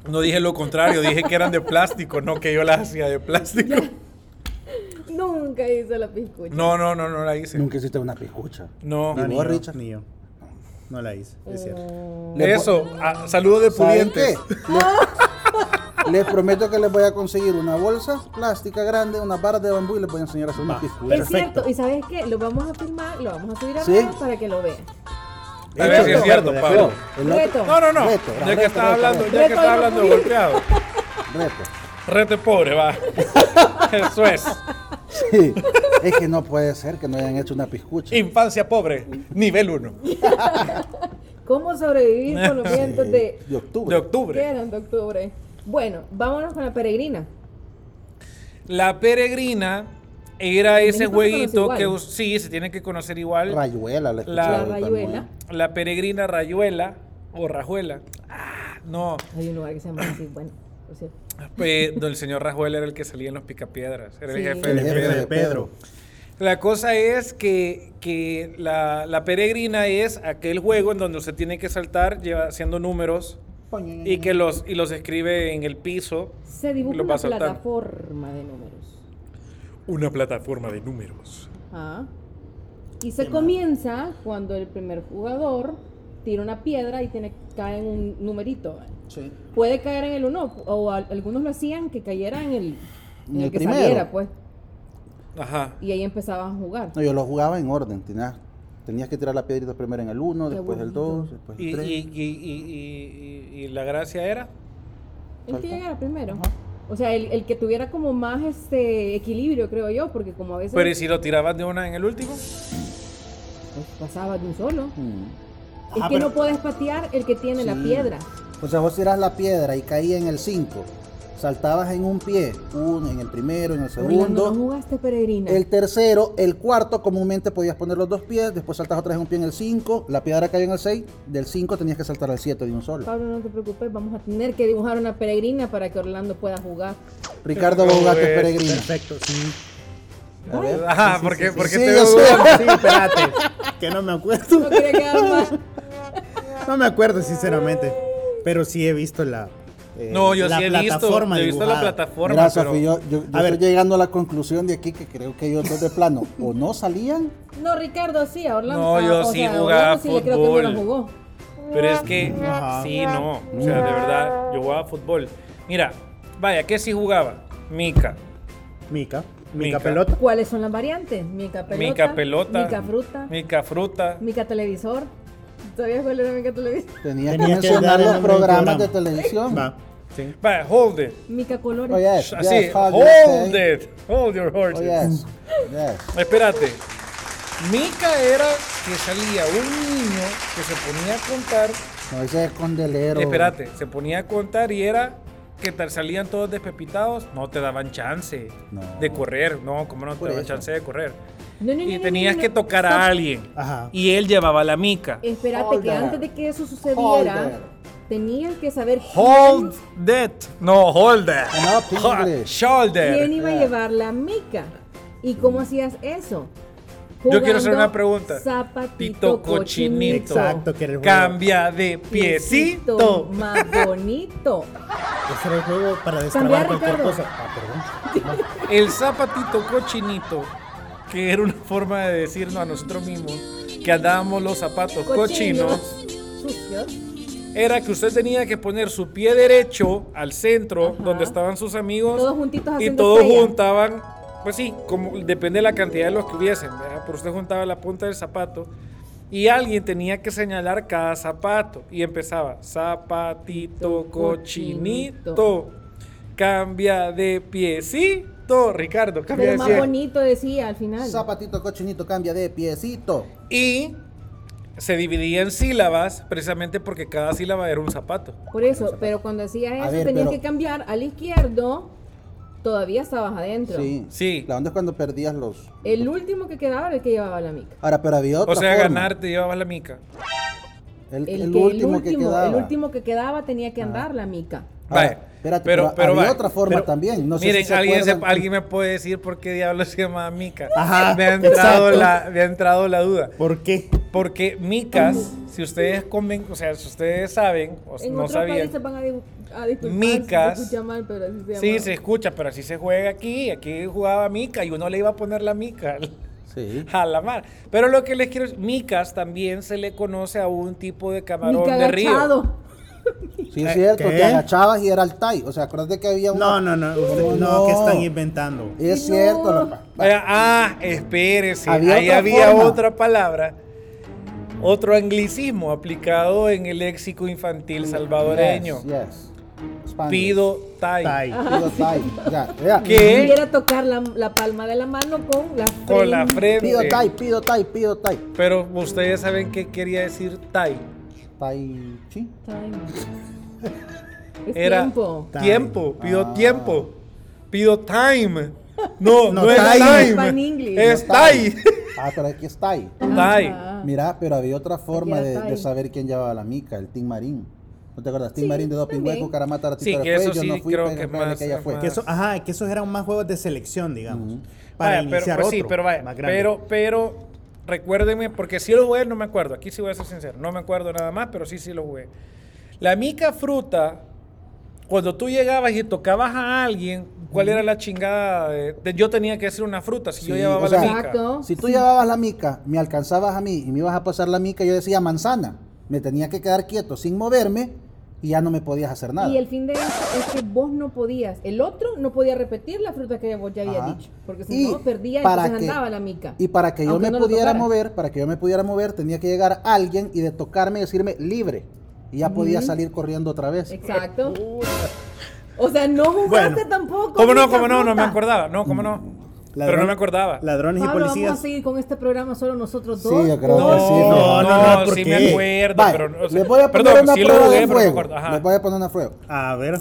Speaker 2: No dije lo contrario, dije que eran de plástico, no que yo las hacía de plástico.
Speaker 6: Nunca hizo la piscucha.
Speaker 2: No, no, no, no la hice.
Speaker 5: Nunca hiciste una piscucha.
Speaker 2: No.
Speaker 5: No,
Speaker 4: ni
Speaker 5: vos,
Speaker 4: yo,
Speaker 5: Richard?
Speaker 4: Ni yo. No la hice, es
Speaker 2: Oh.
Speaker 4: cierto.
Speaker 5: Le
Speaker 2: Eso, ah, saludos de
Speaker 5: ¿Saben qué?
Speaker 2: pudientes.
Speaker 5: Les, les prometo que les voy a conseguir una bolsa plástica grande, unas varas de bambú y les voy a enseñar a hacer una
Speaker 4: Va.
Speaker 5: piscucha.
Speaker 6: Es
Speaker 4: Perfecto.
Speaker 6: cierto, y sabes qué, lo vamos a filmar, lo vamos a subir a
Speaker 5: Sí.
Speaker 6: redes para que lo vean.
Speaker 2: A ver si
Speaker 4: De
Speaker 2: es
Speaker 4: acuerdo,
Speaker 2: cierto,
Speaker 4: de
Speaker 2: Pablo.
Speaker 4: acuerdo.
Speaker 5: El otro-
Speaker 6: Reto.
Speaker 2: No, no, no.
Speaker 5: Reto,
Speaker 2: ya que
Speaker 5: reto,
Speaker 2: estás
Speaker 5: reto,
Speaker 2: hablando, ya
Speaker 5: reto.
Speaker 2: que
Speaker 6: Reto de
Speaker 2: estás hablando de
Speaker 6: morir.
Speaker 2: golpeado.
Speaker 5: Reto.
Speaker 2: Rete pobre, va. Eso es.
Speaker 5: Sí. Es que no puede ser que no hayan hecho una piscucha.
Speaker 2: Infancia pobre, nivel 1.
Speaker 6: ¿Cómo sobrevivir con los vientos de,
Speaker 5: Eh, De octubre.
Speaker 2: De
Speaker 6: ¿Qué
Speaker 2: octubre.
Speaker 6: eran de octubre? Bueno, vámonos con la peregrina.
Speaker 2: La peregrina era ese
Speaker 6: México se conoce
Speaker 2: jueguito
Speaker 6: igual.
Speaker 2: que us- sí, se tiene que conocer igual.
Speaker 5: Rayuela, la,
Speaker 2: La-
Speaker 5: escuchaba
Speaker 6: la
Speaker 5: yo
Speaker 6: rayuela.
Speaker 5: también.
Speaker 2: La peregrina rayuela o rajuela. Ah, no,
Speaker 6: Hay un lugar que se llama así, bueno, por cierto.
Speaker 2: eh, don el señor Rajuela era el que salía en los picapiedras. Era
Speaker 6: Sí.
Speaker 2: el jefe
Speaker 5: El
Speaker 2: de
Speaker 5: jefe
Speaker 2: piedra.
Speaker 4: de Pedro.
Speaker 2: La cosa es que, que la, la peregrina es aquel juego en donde usted tiene que saltar lleva, haciendo números y que los, y los escribe en el piso.
Speaker 6: Se dibuja
Speaker 2: Lo
Speaker 6: una
Speaker 2: vas saltando.
Speaker 6: plataforma de números.
Speaker 7: Una plataforma de números.
Speaker 6: Ajá. ¿ah? Y se comienza cuando el primer jugador tira una piedra y tiene, cae en un numerito.
Speaker 5: Sí.
Speaker 6: Puede caer en el uno, o al- algunos lo hacían que cayera en el, en
Speaker 5: En
Speaker 6: el
Speaker 5: el
Speaker 6: que
Speaker 5: primero.
Speaker 6: saliera, pues.
Speaker 2: Ajá.
Speaker 6: Y ahí empezaban a jugar.
Speaker 5: No, yo lo jugaba en orden. Tenías, tenías que tirar la piedrita primero en el 1,
Speaker 6: Qué
Speaker 5: después el
Speaker 6: bonito.
Speaker 5: 2, después
Speaker 2: Y,
Speaker 5: el 3.
Speaker 2: y- y- y- y- y la gracia era.
Speaker 6: El que
Speaker 5: Salta.
Speaker 6: llegara primero. O sea, el, el que tuviera como más este equilibrio, creo yo, porque como a veces
Speaker 2: Pero ¿y si lo tirabas de una en el último?
Speaker 6: pues, pasaba de un solo.
Speaker 5: Mm.
Speaker 6: Es
Speaker 4: Ah,
Speaker 6: que
Speaker 4: pero-
Speaker 6: no puedes patear el que tiene la
Speaker 5: Sí.
Speaker 6: piedra.
Speaker 5: O sea, vos tirás la piedra y caía en el 5. Saltabas en un pie, uno en el primero, en el
Speaker 6: Orlando,
Speaker 5: segundo.
Speaker 6: no jugaste peregrina.
Speaker 5: El tercero, el cuarto, comúnmente podías poner los dos pies, después saltas otra vez un pie en el 5, la piedra cayó en el 6, del 5 tenías que saltar al 7 de un solo.
Speaker 6: Pablo, no te preocupes, vamos a tener que dibujar una peregrina para que Orlando pueda jugar.
Speaker 5: Ricardo va a jugar que es peregrino.
Speaker 4: Perfecto, sí.
Speaker 2: Ajá, porque, porque
Speaker 5: sí,
Speaker 2: te
Speaker 5: yo
Speaker 2: veo
Speaker 5: sé.
Speaker 2: dudando.
Speaker 4: Sí, espérate. Que no me acuerdo.
Speaker 6: No quería quedar mal.
Speaker 4: No me acuerdo, sinceramente. Pero sí he visto la,
Speaker 5: eh,
Speaker 2: No, yo
Speaker 4: la
Speaker 2: sí he visto.
Speaker 4: plataforma
Speaker 2: Yo he visto la
Speaker 4: dibujada.
Speaker 2: plataforma.
Speaker 5: Mira,
Speaker 2: pero-
Speaker 5: Sofi, yo, yo- yo
Speaker 4: A ver.
Speaker 5: estoy llegando a la conclusión de aquí que creo que ellos dos de plano o no salían
Speaker 6: No, Ricardo, sí, a Orlando.
Speaker 2: No,
Speaker 6: a-
Speaker 2: yo
Speaker 6: o
Speaker 2: sí
Speaker 6: sea, a
Speaker 2: jugaba
Speaker 6: Orlando sí le creo que no lo
Speaker 2: fútbol.
Speaker 6: jugó.
Speaker 2: Pero es que, sí, no. O sea, de verdad, yo jugaba fútbol. Mira, vaya, ¿qué sí jugaba? Mica.
Speaker 4: Mica.
Speaker 2: Mica.
Speaker 4: Mica pelota.
Speaker 6: ¿Cuáles son las variantes? Mica pelota.
Speaker 2: Mica pelota.
Speaker 6: Mica fruta.
Speaker 2: Mica fruta.
Speaker 6: Mica televisor. ¿Sabías cuál era Mica televisor?
Speaker 5: Tenía que
Speaker 4: Tenía que
Speaker 5: mencionar
Speaker 4: dar el
Speaker 5: los
Speaker 4: nombre del
Speaker 5: programas de
Speaker 4: programa.
Speaker 5: televisión.
Speaker 4: Va. Sí.
Speaker 2: Vaya, hold it.
Speaker 6: Mica colores.
Speaker 5: Oh, yes,
Speaker 2: Así,
Speaker 5: yes, hold your
Speaker 2: hold
Speaker 5: say.
Speaker 2: it. Hold your
Speaker 5: Oh,
Speaker 2: horses.
Speaker 5: yes, yes.
Speaker 2: Espérate.
Speaker 11: Mica era que salía un niño que se ponía a contar.
Speaker 5: No, ese es condelero.
Speaker 2: Espérate, se ponía a contar y era que tal salían todos despepitados, no te daban chance
Speaker 5: No.
Speaker 2: de correr, no, como no te
Speaker 5: Por
Speaker 2: daban
Speaker 5: eso.
Speaker 2: chance de correr.
Speaker 6: No, no, no,
Speaker 2: Y
Speaker 6: no,
Speaker 2: tenías
Speaker 6: no,
Speaker 2: que
Speaker 6: no.
Speaker 2: tocar a alguien
Speaker 4: Ajá.
Speaker 2: y él llevaba la mica.
Speaker 6: Espérate,
Speaker 5: Hold
Speaker 6: que
Speaker 5: there.
Speaker 6: antes de que eso
Speaker 5: Hold
Speaker 6: sucediera,
Speaker 5: there.
Speaker 6: tenías que saber quién-
Speaker 2: Hold that, no hold that.
Speaker 5: Enough
Speaker 2: Ha-
Speaker 5: English.
Speaker 6: quién
Speaker 2: Shoulder.
Speaker 6: iba a llevar la mica. ¿Y cómo hacías eso?
Speaker 2: Yo quiero hacer
Speaker 6: Jugando
Speaker 2: una pregunta.
Speaker 6: Zapatito
Speaker 2: Pito cochinito.
Speaker 6: cochinito.
Speaker 4: Exacto, que era el juego.
Speaker 2: Cambia de piecito.
Speaker 6: más bonito.
Speaker 4: Ese Este era el juego para destrabar
Speaker 6: Cambiar,
Speaker 4: cualquier
Speaker 6: Ricardo.
Speaker 4: cosa. Ah, perdón.
Speaker 2: El zapatito cochinito, que era una forma de decirnos a nosotros mismos que andábamos los zapatos cochinos.
Speaker 6: Sucios.
Speaker 2: era que usted tenía que poner su pie derecho al centro
Speaker 6: Ajá.
Speaker 2: donde estaban sus amigos
Speaker 6: Todos juntitos
Speaker 2: y
Speaker 6: haciendo
Speaker 2: todos
Speaker 6: estrella.
Speaker 2: juntaban, pues sí, como depende de la cantidad de los que hubiesen, ¿verdad? pero usted juntaba la punta del zapato y alguien tenía que señalar cada zapato y empezaba zapatito cochinito, cambia de piecito, Ricardo, cambia
Speaker 6: Pero
Speaker 2: de
Speaker 6: más
Speaker 2: pie.
Speaker 6: bonito decía al final.
Speaker 5: Zapatito cochinito cambia de piecito.
Speaker 2: y se dividía en sílabas precisamente porque cada sílaba era un zapato.
Speaker 6: Por eso, pero cuando hacías eso
Speaker 5: ver,
Speaker 6: tenías
Speaker 5: pero-
Speaker 6: que cambiar al izquierdo, todavía estabas adentro.
Speaker 5: Sí.
Speaker 2: Sí.
Speaker 5: La onda es cuando perdías los.
Speaker 6: El último que quedaba era el que llevaba la mica.
Speaker 5: Ahora, pero había otra.
Speaker 2: O sea,
Speaker 5: forma.
Speaker 2: ganar te llevabas la mica.
Speaker 5: El,
Speaker 6: El,
Speaker 5: el
Speaker 6: que,
Speaker 5: último que quedaba. Ah.
Speaker 6: el último que quedaba tenía que andar la mica.
Speaker 5: Ahora,
Speaker 2: Vaya,
Speaker 5: espérate,
Speaker 2: pero-
Speaker 5: pero,
Speaker 2: pero
Speaker 5: había
Speaker 2: vaya,
Speaker 5: otra forma
Speaker 2: pero-
Speaker 5: también. No sé
Speaker 2: Miren,
Speaker 5: si se
Speaker 2: alguien, se-
Speaker 5: acuerdan.
Speaker 2: alguien me puede decir por qué diablos se llama Mica.
Speaker 4: Ajá,
Speaker 2: me, ha entrado
Speaker 4: exacto.
Speaker 2: la, me ha entrado la duda.
Speaker 4: ¿Por qué?
Speaker 2: Porque Micas, si ustedes comen, o sea, si ustedes saben, o
Speaker 6: En
Speaker 2: Pues no
Speaker 6: otros
Speaker 2: sabían.
Speaker 6: países van a, dibu- a disculpar
Speaker 2: Micas.
Speaker 6: si se escucha mal, pero así se
Speaker 2: Sí,
Speaker 6: llama.
Speaker 2: se escucha, pero así se juega aquí. Aquí jugaba Mica y uno le iba a poner la Mica al-
Speaker 5: Sí.
Speaker 2: a la mar. Pero lo que les quiero decir, Micas también se le conoce a un tipo de camarón
Speaker 6: Mica
Speaker 2: de río.
Speaker 6: agachado.
Speaker 5: Sí, es cierto,
Speaker 4: ¿qué?
Speaker 5: te agachabas y era el tai. O sea, acuérdate que había una.
Speaker 4: No, no, no. usted-
Speaker 5: ¿Cómo
Speaker 4: no,
Speaker 5: Oh,
Speaker 4: que
Speaker 5: no?
Speaker 4: están inventando.
Speaker 5: Es
Speaker 6: No.
Speaker 5: cierto, loco.
Speaker 2: Vaya, ah, espérese.
Speaker 5: Había
Speaker 2: Ahí
Speaker 5: otra
Speaker 2: había
Speaker 5: forma.
Speaker 2: otra palabra, otro anglicismo aplicado en el léxico infantil salvadoreño.
Speaker 5: Yes, yes. Spanish.
Speaker 2: Pido tai.
Speaker 4: Tai.
Speaker 5: Pido tai. Ya, ya.
Speaker 2: ¿Qué?
Speaker 6: Y era tocar la, la palma de la mano con la frente.
Speaker 2: Con la frente.
Speaker 5: Pido tai, pido tai, pido tai.
Speaker 2: Pero ustedes saben qué quería decir tai.
Speaker 5: Tai chi.
Speaker 6: Time. Es
Speaker 2: Era
Speaker 6: tiempo.
Speaker 4: Time.
Speaker 2: tiempo. Pido
Speaker 5: Ah.
Speaker 2: tiempo. Pido time. No, no,
Speaker 4: No,
Speaker 2: es
Speaker 4: time.
Speaker 6: Pan
Speaker 2: time.
Speaker 6: English.
Speaker 2: Es
Speaker 5: No,
Speaker 2: tai.
Speaker 5: Ah, pero aquí es tai.
Speaker 2: Tai.
Speaker 6: Ajá.
Speaker 5: Mira, pero había otra forma
Speaker 6: Ah. Aquí
Speaker 5: de,
Speaker 6: era
Speaker 5: de
Speaker 6: tai.
Speaker 5: saber quién llevaba la mica, el Team Marín. ¿No te acuerdas? Team
Speaker 6: Sí,
Speaker 5: Marín de Doping
Speaker 6: también. Ah,
Speaker 5: Hueco, Caramata,
Speaker 2: Sí,
Speaker 5: Ratito
Speaker 2: que
Speaker 5: de
Speaker 2: eso
Speaker 5: Fue, yo
Speaker 2: sí
Speaker 5: no fui,
Speaker 2: creo
Speaker 5: pero
Speaker 2: que
Speaker 5: créanle que
Speaker 2: más-
Speaker 5: ella fue.
Speaker 2: más-
Speaker 4: Que eso, ajá, que esos eran más juegos de selección, digamos.
Speaker 2: Vaya,
Speaker 4: Para iniciar
Speaker 2: pero, pues,
Speaker 4: otro,
Speaker 2: sí, pero vaya,
Speaker 4: más grande.
Speaker 2: pero, pero recuérdenme, porque si lo jugué, no me acuerdo. Aquí sí voy a ser sincero, no me acuerdo nada más, pero sí, sí lo jugué. La mica fruta, cuando tú llegabas y tocabas a alguien, ¿cuál era la chingada? de- de- yo tenía que decir una fruta si yo
Speaker 5: Sí,
Speaker 2: llevaba
Speaker 5: o sea,
Speaker 2: la mica.
Speaker 6: Exacto.
Speaker 5: Si tú llevabas la mica, me alcanzabas a mí y me ibas a pasar la mica, yo decía manzana. Me tenía que quedar quieto sin moverme y ya no me podías hacer nada.
Speaker 6: Y el fin de eso es que vos no podías, el otro no podía repetir la fruta que vos ya había
Speaker 5: Ajá.
Speaker 6: dicho, porque si no
Speaker 5: Y
Speaker 6: perdía y
Speaker 5: para
Speaker 6: entonces
Speaker 5: que-
Speaker 6: andaba la mica.
Speaker 5: Y para que yo
Speaker 6: Aunque
Speaker 5: me
Speaker 6: no lo
Speaker 5: pudiera
Speaker 6: tocara.
Speaker 5: mover, para que yo me pudiera mover, tenía que llegar alguien y de tocarme y decirme libre. Y ya podía salir corriendo otra vez.
Speaker 6: Exacto. O sea, no jugaste
Speaker 4: Bueno.
Speaker 6: tampoco.
Speaker 2: ¿Cómo no?
Speaker 6: mica
Speaker 2: ¿Cómo no? No me
Speaker 6: fruta.
Speaker 2: acordaba. No, ¿cómo no?
Speaker 5: Mm,
Speaker 2: pero no
Speaker 4: Ladrón-
Speaker 2: me acordaba.
Speaker 4: Ladrones y
Speaker 6: Pablo, vamos a
Speaker 4: policías.
Speaker 6: seguir con este programa solo nosotros
Speaker 5: Sí,
Speaker 6: dos.
Speaker 5: yo creo
Speaker 2: No,
Speaker 5: que sí.
Speaker 2: no,
Speaker 4: no,
Speaker 2: no,
Speaker 4: no, ¿por
Speaker 2: sí
Speaker 4: qué?
Speaker 2: me acuerdo,
Speaker 5: Vaya,
Speaker 2: pero o sea,
Speaker 5: les voy a poner
Speaker 2: perdón,
Speaker 5: una
Speaker 2: sí lo
Speaker 5: prueba
Speaker 2: jugué,
Speaker 5: de
Speaker 2: pero no me
Speaker 5: fuego.
Speaker 2: acuerdo. Ajá.
Speaker 5: les voy a poner una prueba.
Speaker 4: A ver,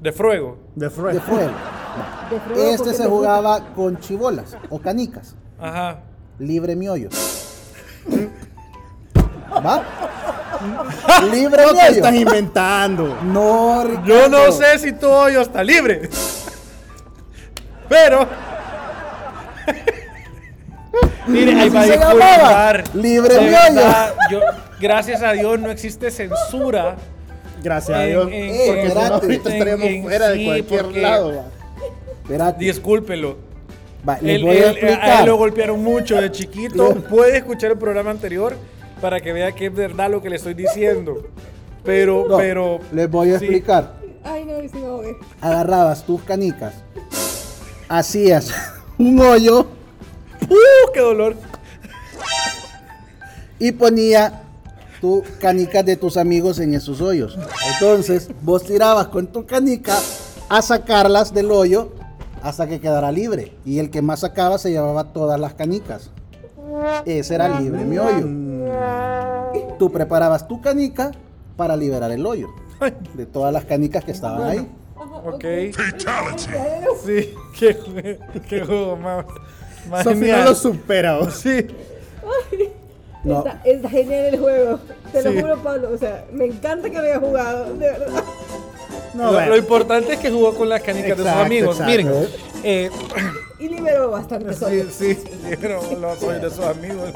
Speaker 2: De fuego.
Speaker 4: de Freud.
Speaker 5: De fuego.
Speaker 6: De prueba, porque
Speaker 5: Este se
Speaker 6: te gusta.
Speaker 5: jugaba con chibolas o canicas.
Speaker 2: Ajá.
Speaker 5: Libre miollo. ¿Va? Libre
Speaker 4: No te
Speaker 5: miollo.
Speaker 4: estás inventando.
Speaker 5: No,
Speaker 2: Yo no
Speaker 5: Ricardo.
Speaker 2: sé si tu hoyo está libre. Pero. Mire, ahí
Speaker 5: Así
Speaker 2: va a
Speaker 5: se
Speaker 2: disculpar.
Speaker 5: llamaba. Libre
Speaker 2: De
Speaker 5: mi
Speaker 2: verdad, yo- Gracias a Dios no existe censura
Speaker 4: Gracias a Dios. porque si no, ahorita estaríamos fuera de cualquier lado. va.
Speaker 5: Espérate.
Speaker 2: Discúlpelo.
Speaker 5: Va, les
Speaker 2: Él-
Speaker 5: voy a
Speaker 2: él- eh, a
Speaker 5: explicar.
Speaker 2: él lo golpearon mucho de chiquito. Puede escuchar el programa anterior para que vea que es verdad lo que le estoy diciendo. Pero,
Speaker 5: No,
Speaker 2: pero.
Speaker 5: les voy a
Speaker 2: sí.
Speaker 5: explicar.
Speaker 6: Ay, no, si me ahogué.
Speaker 5: Agarrabas tus canicas, hacías un hoyo
Speaker 2: ¡Uh, qué dolor!
Speaker 5: y ponía tus canicas de tus amigos en esos hoyos. Entonces, vos tirabas con tu canica a sacarlas del hoyo hasta que quedara libre. Y el que más sacaba se llevaba todas las canicas. Ese era libre mi hoyo. Tú preparabas tu canica para liberar el hoyo de todas las canicas que estaban ahí.
Speaker 2: Ok. Sí, qué, jue- qué juego más. más
Speaker 4: Sofi no
Speaker 2: genial.
Speaker 4: lo supera. vos.
Speaker 2: Sí.
Speaker 5: No.
Speaker 6: Está, está genial el juego. Te
Speaker 2: Sí.
Speaker 6: lo juro, Pablo. O sea, me encanta que lo hayas jugado, de verdad.
Speaker 4: No,
Speaker 2: lo,
Speaker 4: bueno.
Speaker 2: lo importante es que jugó con las canicas de sus
Speaker 4: Exacto,
Speaker 2: amigos.
Speaker 4: exacto.
Speaker 2: Miren. eh,
Speaker 6: Y liberó bastante
Speaker 2: sí,
Speaker 6: sol.
Speaker 2: sí, pero los soy de sus amigos.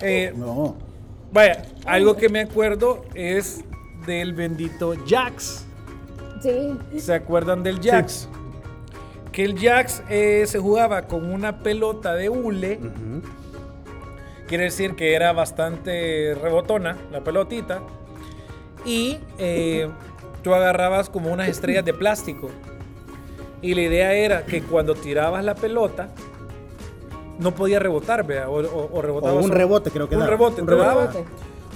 Speaker 2: Eh,
Speaker 5: No.
Speaker 2: vaya, algo que me acuerdo es del bendito Jax.
Speaker 6: Sí.
Speaker 2: ¿Se acuerdan del Jax? Que el Jax eh, se jugaba con una pelota de hule. Quiere decir que era bastante rebotona la pelotita. Y eh, tú agarrabas como unas estrellas de plástico. Y la idea era que cuando tirabas la pelota, no podía rebotar, vea, o, o- o rebotaba.
Speaker 4: O un
Speaker 2: solo-
Speaker 4: rebote, creo que
Speaker 2: Un
Speaker 4: daba.
Speaker 2: rebote,
Speaker 4: Un
Speaker 2: te daba.
Speaker 6: rebote.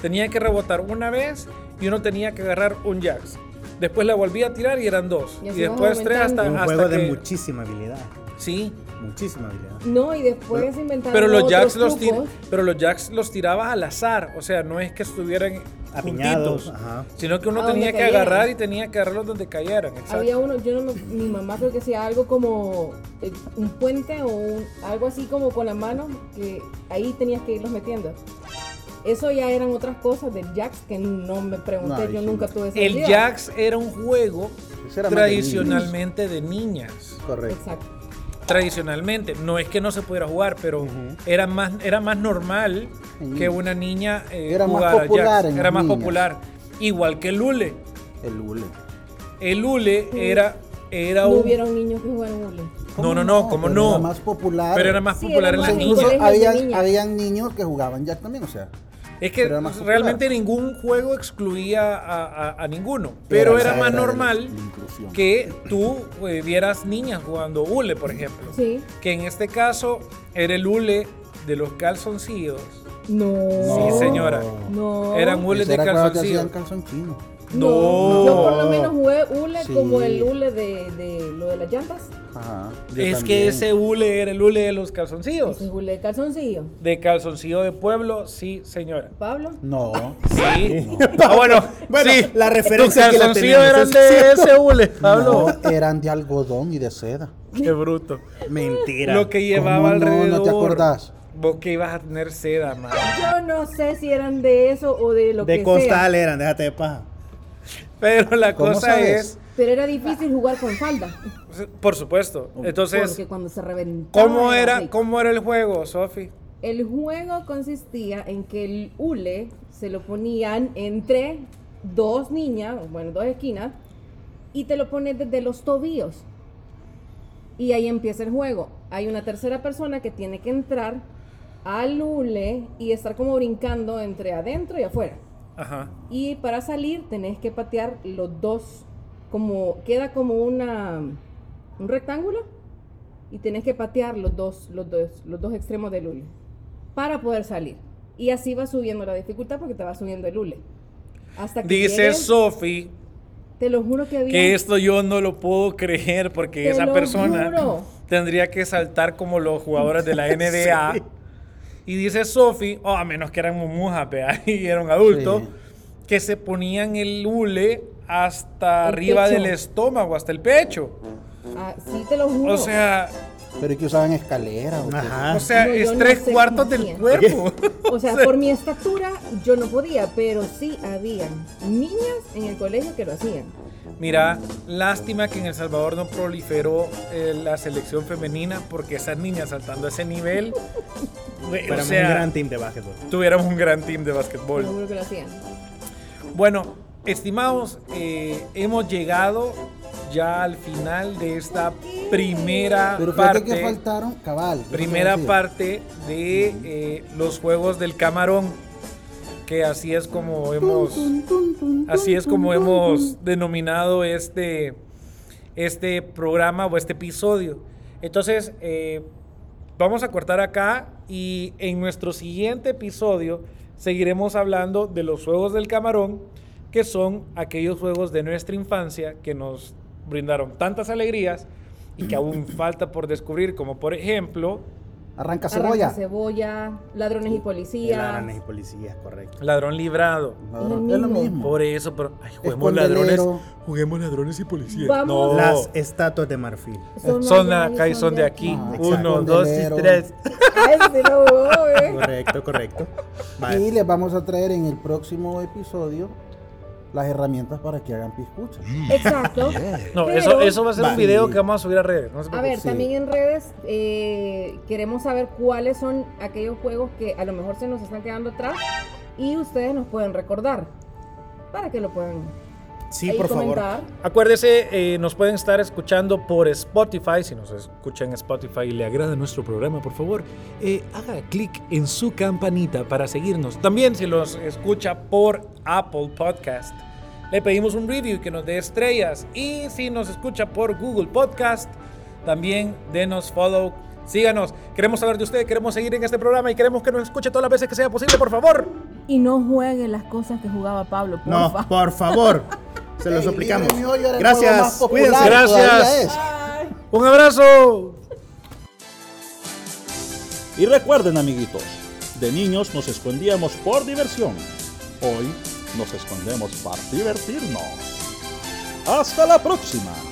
Speaker 2: Tenía que rebotar una vez y uno tenía que agarrar un jacks. Después la volvía a tirar y eran dos.
Speaker 6: Y
Speaker 2: Y,
Speaker 6: así vas
Speaker 2: después tres
Speaker 6: aumentando.
Speaker 2: hasta,
Speaker 4: Un
Speaker 2: hasta
Speaker 4: juego
Speaker 2: que.
Speaker 4: de muchísima habilidad.
Speaker 2: sí.
Speaker 4: Muchísima habilidad.
Speaker 6: No, y después inventaron
Speaker 2: Pero los,
Speaker 6: otros
Speaker 2: jacks los tir-
Speaker 6: trucos.
Speaker 2: pero los jacks los tirabas al azar. O sea, no es que estuvieran
Speaker 4: Apiñados,
Speaker 2: juntitos,
Speaker 4: ajá.
Speaker 2: sino que
Speaker 6: A
Speaker 2: uno
Speaker 6: donde
Speaker 2: tenía que
Speaker 6: cayeran.
Speaker 2: agarrar y tenía que agarrarlos donde cayeran. Exacto.
Speaker 6: Había uno, yo no me- mi mamá creo que hacía algo como eh, un puente o un- algo así como con la mano, que ahí tenías que irlos metiendo. Eso ya eran otras cosas del Jax que no me pregunté,
Speaker 5: Ay,
Speaker 6: yo
Speaker 5: sí.
Speaker 6: nunca tuve esa
Speaker 2: El
Speaker 6: idea.
Speaker 2: Jax era un juego
Speaker 5: Ese era más de
Speaker 2: tradicionalmente de niñas.
Speaker 5: Correcto.
Speaker 6: Exacto.
Speaker 2: Tradicionalmente, no es que no se pudiera jugar, pero era, más, era más normal
Speaker 5: Sí.
Speaker 2: que una niña eh,
Speaker 5: Era más
Speaker 2: jugara Jax.
Speaker 5: popular en
Speaker 2: Era
Speaker 5: las
Speaker 2: más
Speaker 5: niñas.
Speaker 2: popular. Igual que el Lule.
Speaker 5: El hule.
Speaker 2: El Lule era, era
Speaker 6: No
Speaker 2: un.
Speaker 6: hubieron niños que jugaran hule.
Speaker 2: No, no, no, ¿cómo
Speaker 5: pero
Speaker 2: no?
Speaker 5: Era más popular.
Speaker 2: Pero era más
Speaker 6: Sí,
Speaker 2: popular
Speaker 6: era
Speaker 2: en
Speaker 5: O
Speaker 2: las
Speaker 5: sea,
Speaker 6: más
Speaker 2: niñas.
Speaker 5: incluso
Speaker 6: niñas.
Speaker 5: habían,
Speaker 6: Niñas.
Speaker 5: habían niños que jugaban ya también, o sea.
Speaker 2: Es que
Speaker 5: Pero era más popular.
Speaker 2: realmente ningún juego excluía a, a- a ninguno. Pero
Speaker 5: Era
Speaker 2: era
Speaker 5: esa
Speaker 2: más
Speaker 5: era la-
Speaker 2: normal
Speaker 5: la inclusión.
Speaker 2: que tú eh, vieras niñas jugando hule, por ejemplo.
Speaker 6: Sí.
Speaker 2: Que en este caso era el hule de los calzoncillos.
Speaker 6: No.
Speaker 2: Sí, señora.
Speaker 6: No.
Speaker 2: Eran hules
Speaker 5: Ese
Speaker 2: de
Speaker 5: era cuando te
Speaker 2: calzoncillos.
Speaker 5: hacían calzón chino.
Speaker 2: No.
Speaker 6: Yo por lo menos jugué hule
Speaker 5: Sí.
Speaker 6: como el hule de, de lo de las llantas.
Speaker 5: Ajá. yo
Speaker 2: Es
Speaker 5: también.
Speaker 2: que ese hule era el hule de los calzoncillos.
Speaker 6: Ese hule de calzoncillo.
Speaker 2: De calzoncillo de pueblo, sí, señora.
Speaker 6: Pablo.
Speaker 5: No.
Speaker 2: Sí. Ah, bueno,
Speaker 4: Bueno,
Speaker 2: sí.
Speaker 4: la referencia
Speaker 2: Tus
Speaker 4: que la
Speaker 2: calzoncillos
Speaker 4: tenemos,
Speaker 2: eran
Speaker 4: es
Speaker 2: de
Speaker 4: cierto.
Speaker 2: ese hule, Pablo.
Speaker 5: no, eran de algodón y de seda.
Speaker 2: Qué bruto.
Speaker 4: Mentira.
Speaker 2: Lo que llevaba
Speaker 5: ¿Cómo no? ¿No te
Speaker 2: alrededor.
Speaker 5: acordás?
Speaker 2: Vos que ibas a tener seda, man.
Speaker 6: Yo no sé si eran de eso o de lo
Speaker 4: de
Speaker 6: que
Speaker 4: costal
Speaker 6: sea.
Speaker 4: eran, déjate de paja.
Speaker 2: Pero la
Speaker 5: ¿Cómo
Speaker 2: cosa
Speaker 5: sabes?
Speaker 6: Pero era difícil jugar con falda.
Speaker 2: es, por supuesto. Entonces,
Speaker 6: Porque cuando se reventaba.
Speaker 2: ¿cómo era,
Speaker 6: así.
Speaker 2: cómo era el juego, Sofi?
Speaker 6: El juego consistía en que el hule se lo ponían entre dos niñas, bueno, dos esquinas, y te lo pones desde los tobillos. Y ahí empieza el juego. Hay una tercera persona que tiene que entrar al hule y estar como brincando entre adentro y afuera.
Speaker 2: Ajá.
Speaker 6: Y para salir tenés que patear los dos, como queda como una un rectángulo y tenés que patear los dos, los dos, los dos extremos del hule para poder salir. Y así va subiendo la dificultad porque te va subiendo el hule. Hasta que
Speaker 2: Dice
Speaker 6: llegues,
Speaker 2: Sofi
Speaker 6: te lo juro que había
Speaker 2: que esto yo no lo puedo creer porque
Speaker 6: Te
Speaker 2: esa
Speaker 6: lo
Speaker 2: persona
Speaker 6: juro.
Speaker 2: tendría que saltar como los jugadores de la NBA. Y dice Sofi, oh, a menos que eran mumujas, vea, y eran adultos,
Speaker 5: Sí.
Speaker 2: que se ponían el hule hasta
Speaker 6: El
Speaker 2: arriba
Speaker 6: pecho.
Speaker 2: del estómago, hasta el pecho.
Speaker 6: Ah, sí te lo juro.
Speaker 2: O sea,
Speaker 5: Pero es que usaban escalera. o qué.
Speaker 4: Ajá.
Speaker 2: o sea,
Speaker 6: No, yo
Speaker 2: es
Speaker 6: no
Speaker 2: tres
Speaker 6: sé cómo
Speaker 2: cuartos del
Speaker 6: hacían.
Speaker 2: cuerpo.
Speaker 6: O sea, por mi estatura yo no podía, pero sí habían niñas en el colegio que lo hacían.
Speaker 2: Mira, lástima que en El Salvador no proliferó eh, la selección femenina porque esas niñas saltando a ese nivel, güey, Eh, o
Speaker 4: Éramos
Speaker 2: sea,
Speaker 4: un gran team de básquetbol.
Speaker 2: tuviéramos un gran team de
Speaker 6: Te lo
Speaker 2: básquetbol.
Speaker 6: juro que lo hacían.
Speaker 2: Bueno, estimados, eh, hemos llegado ya al final de esta primera
Speaker 5: Pero fíjate
Speaker 2: parte.
Speaker 5: que faltaron, cabal. eso
Speaker 2: Primera
Speaker 5: te iba a decir.
Speaker 2: parte de eh, los juegos del camarón, que así es como hemos, así es como hemos denominado este, este programa o este episodio. Entonces, eh, vamos a cortar acá y en nuestro siguiente episodio seguiremos hablando de los juegos del camarón, que son aquellos juegos de nuestra infancia que nos brindaron tantas alegrías y que aún falta por descubrir, como por ejemplo
Speaker 5: Arranca
Speaker 6: Arranca
Speaker 5: cebolla.
Speaker 6: cebolla, ladrones y policías.
Speaker 4: Ladrones y policías, correcto.
Speaker 2: Ladrón Librado.
Speaker 5: Ladrón, Es lo mismo.
Speaker 2: Por eso, pero ay, juguemos ladrones.
Speaker 5: Escondelero.
Speaker 7: Juguemos ladrones y policías.
Speaker 6: Vamos.
Speaker 2: Oh.
Speaker 7: No.
Speaker 4: Las estatuas de marfil.
Speaker 2: Son de
Speaker 6: allá y
Speaker 2: acá y son de aquí.
Speaker 5: Ah,
Speaker 2: Uno, dos y
Speaker 5: escondelero.
Speaker 2: tres.
Speaker 6: Ay, sí lo hubo, eh.
Speaker 4: Correcto, correcto. Va,
Speaker 5: Y les vamos a traer en el próximo episodio las herramientas para que hagan piscuchas.
Speaker 6: Exacto.
Speaker 2: Mm. No,
Speaker 6: Pero-
Speaker 2: eso, eso va a ser un
Speaker 5: Va.
Speaker 2: video que vamos a subir a redes. no se
Speaker 6: A
Speaker 2: preocupen.
Speaker 6: ver,
Speaker 5: Sí.
Speaker 6: también en redes eh, queremos saber cuáles son aquellos juegos que a lo mejor se nos están quedando atrás y ustedes nos pueden recordar para que lo puedan
Speaker 4: Sí,
Speaker 6: ahí
Speaker 4: por favor.
Speaker 6: comentar.
Speaker 2: Acuérdese, eh, nos pueden estar escuchando por Spotify. Si nos escuchan en Spotify y
Speaker 7: Si
Speaker 2: le
Speaker 7: le agrada nuestro programa, por favor, eh, haga clic en su campanita para seguirnos.
Speaker 2: También si los escucha por Apple Podcast, le pedimos un review que nos dé estrellas. Y si nos escucha por Google Podcast, también denos follow, síganos. Queremos saber de usted, queremos seguir en este programa y queremos que nos escuche todas las veces que sea posible, por favor.
Speaker 6: Y no jueguen las cosas que jugaba Pablo, por
Speaker 4: No, por favor. Se lo
Speaker 5: Ey,
Speaker 4: suplicamos.
Speaker 5: Libre Miollo era el juego más
Speaker 4: Gracias.
Speaker 5: popular
Speaker 4: Cuídense.
Speaker 5: que todavía
Speaker 2: Gracias.
Speaker 5: es.
Speaker 2: Un abrazo.
Speaker 12: Y recuerden, amiguitos, de niños nos escondíamos por diversión. Hoy nos escondemos para divertirnos. Hasta la próxima.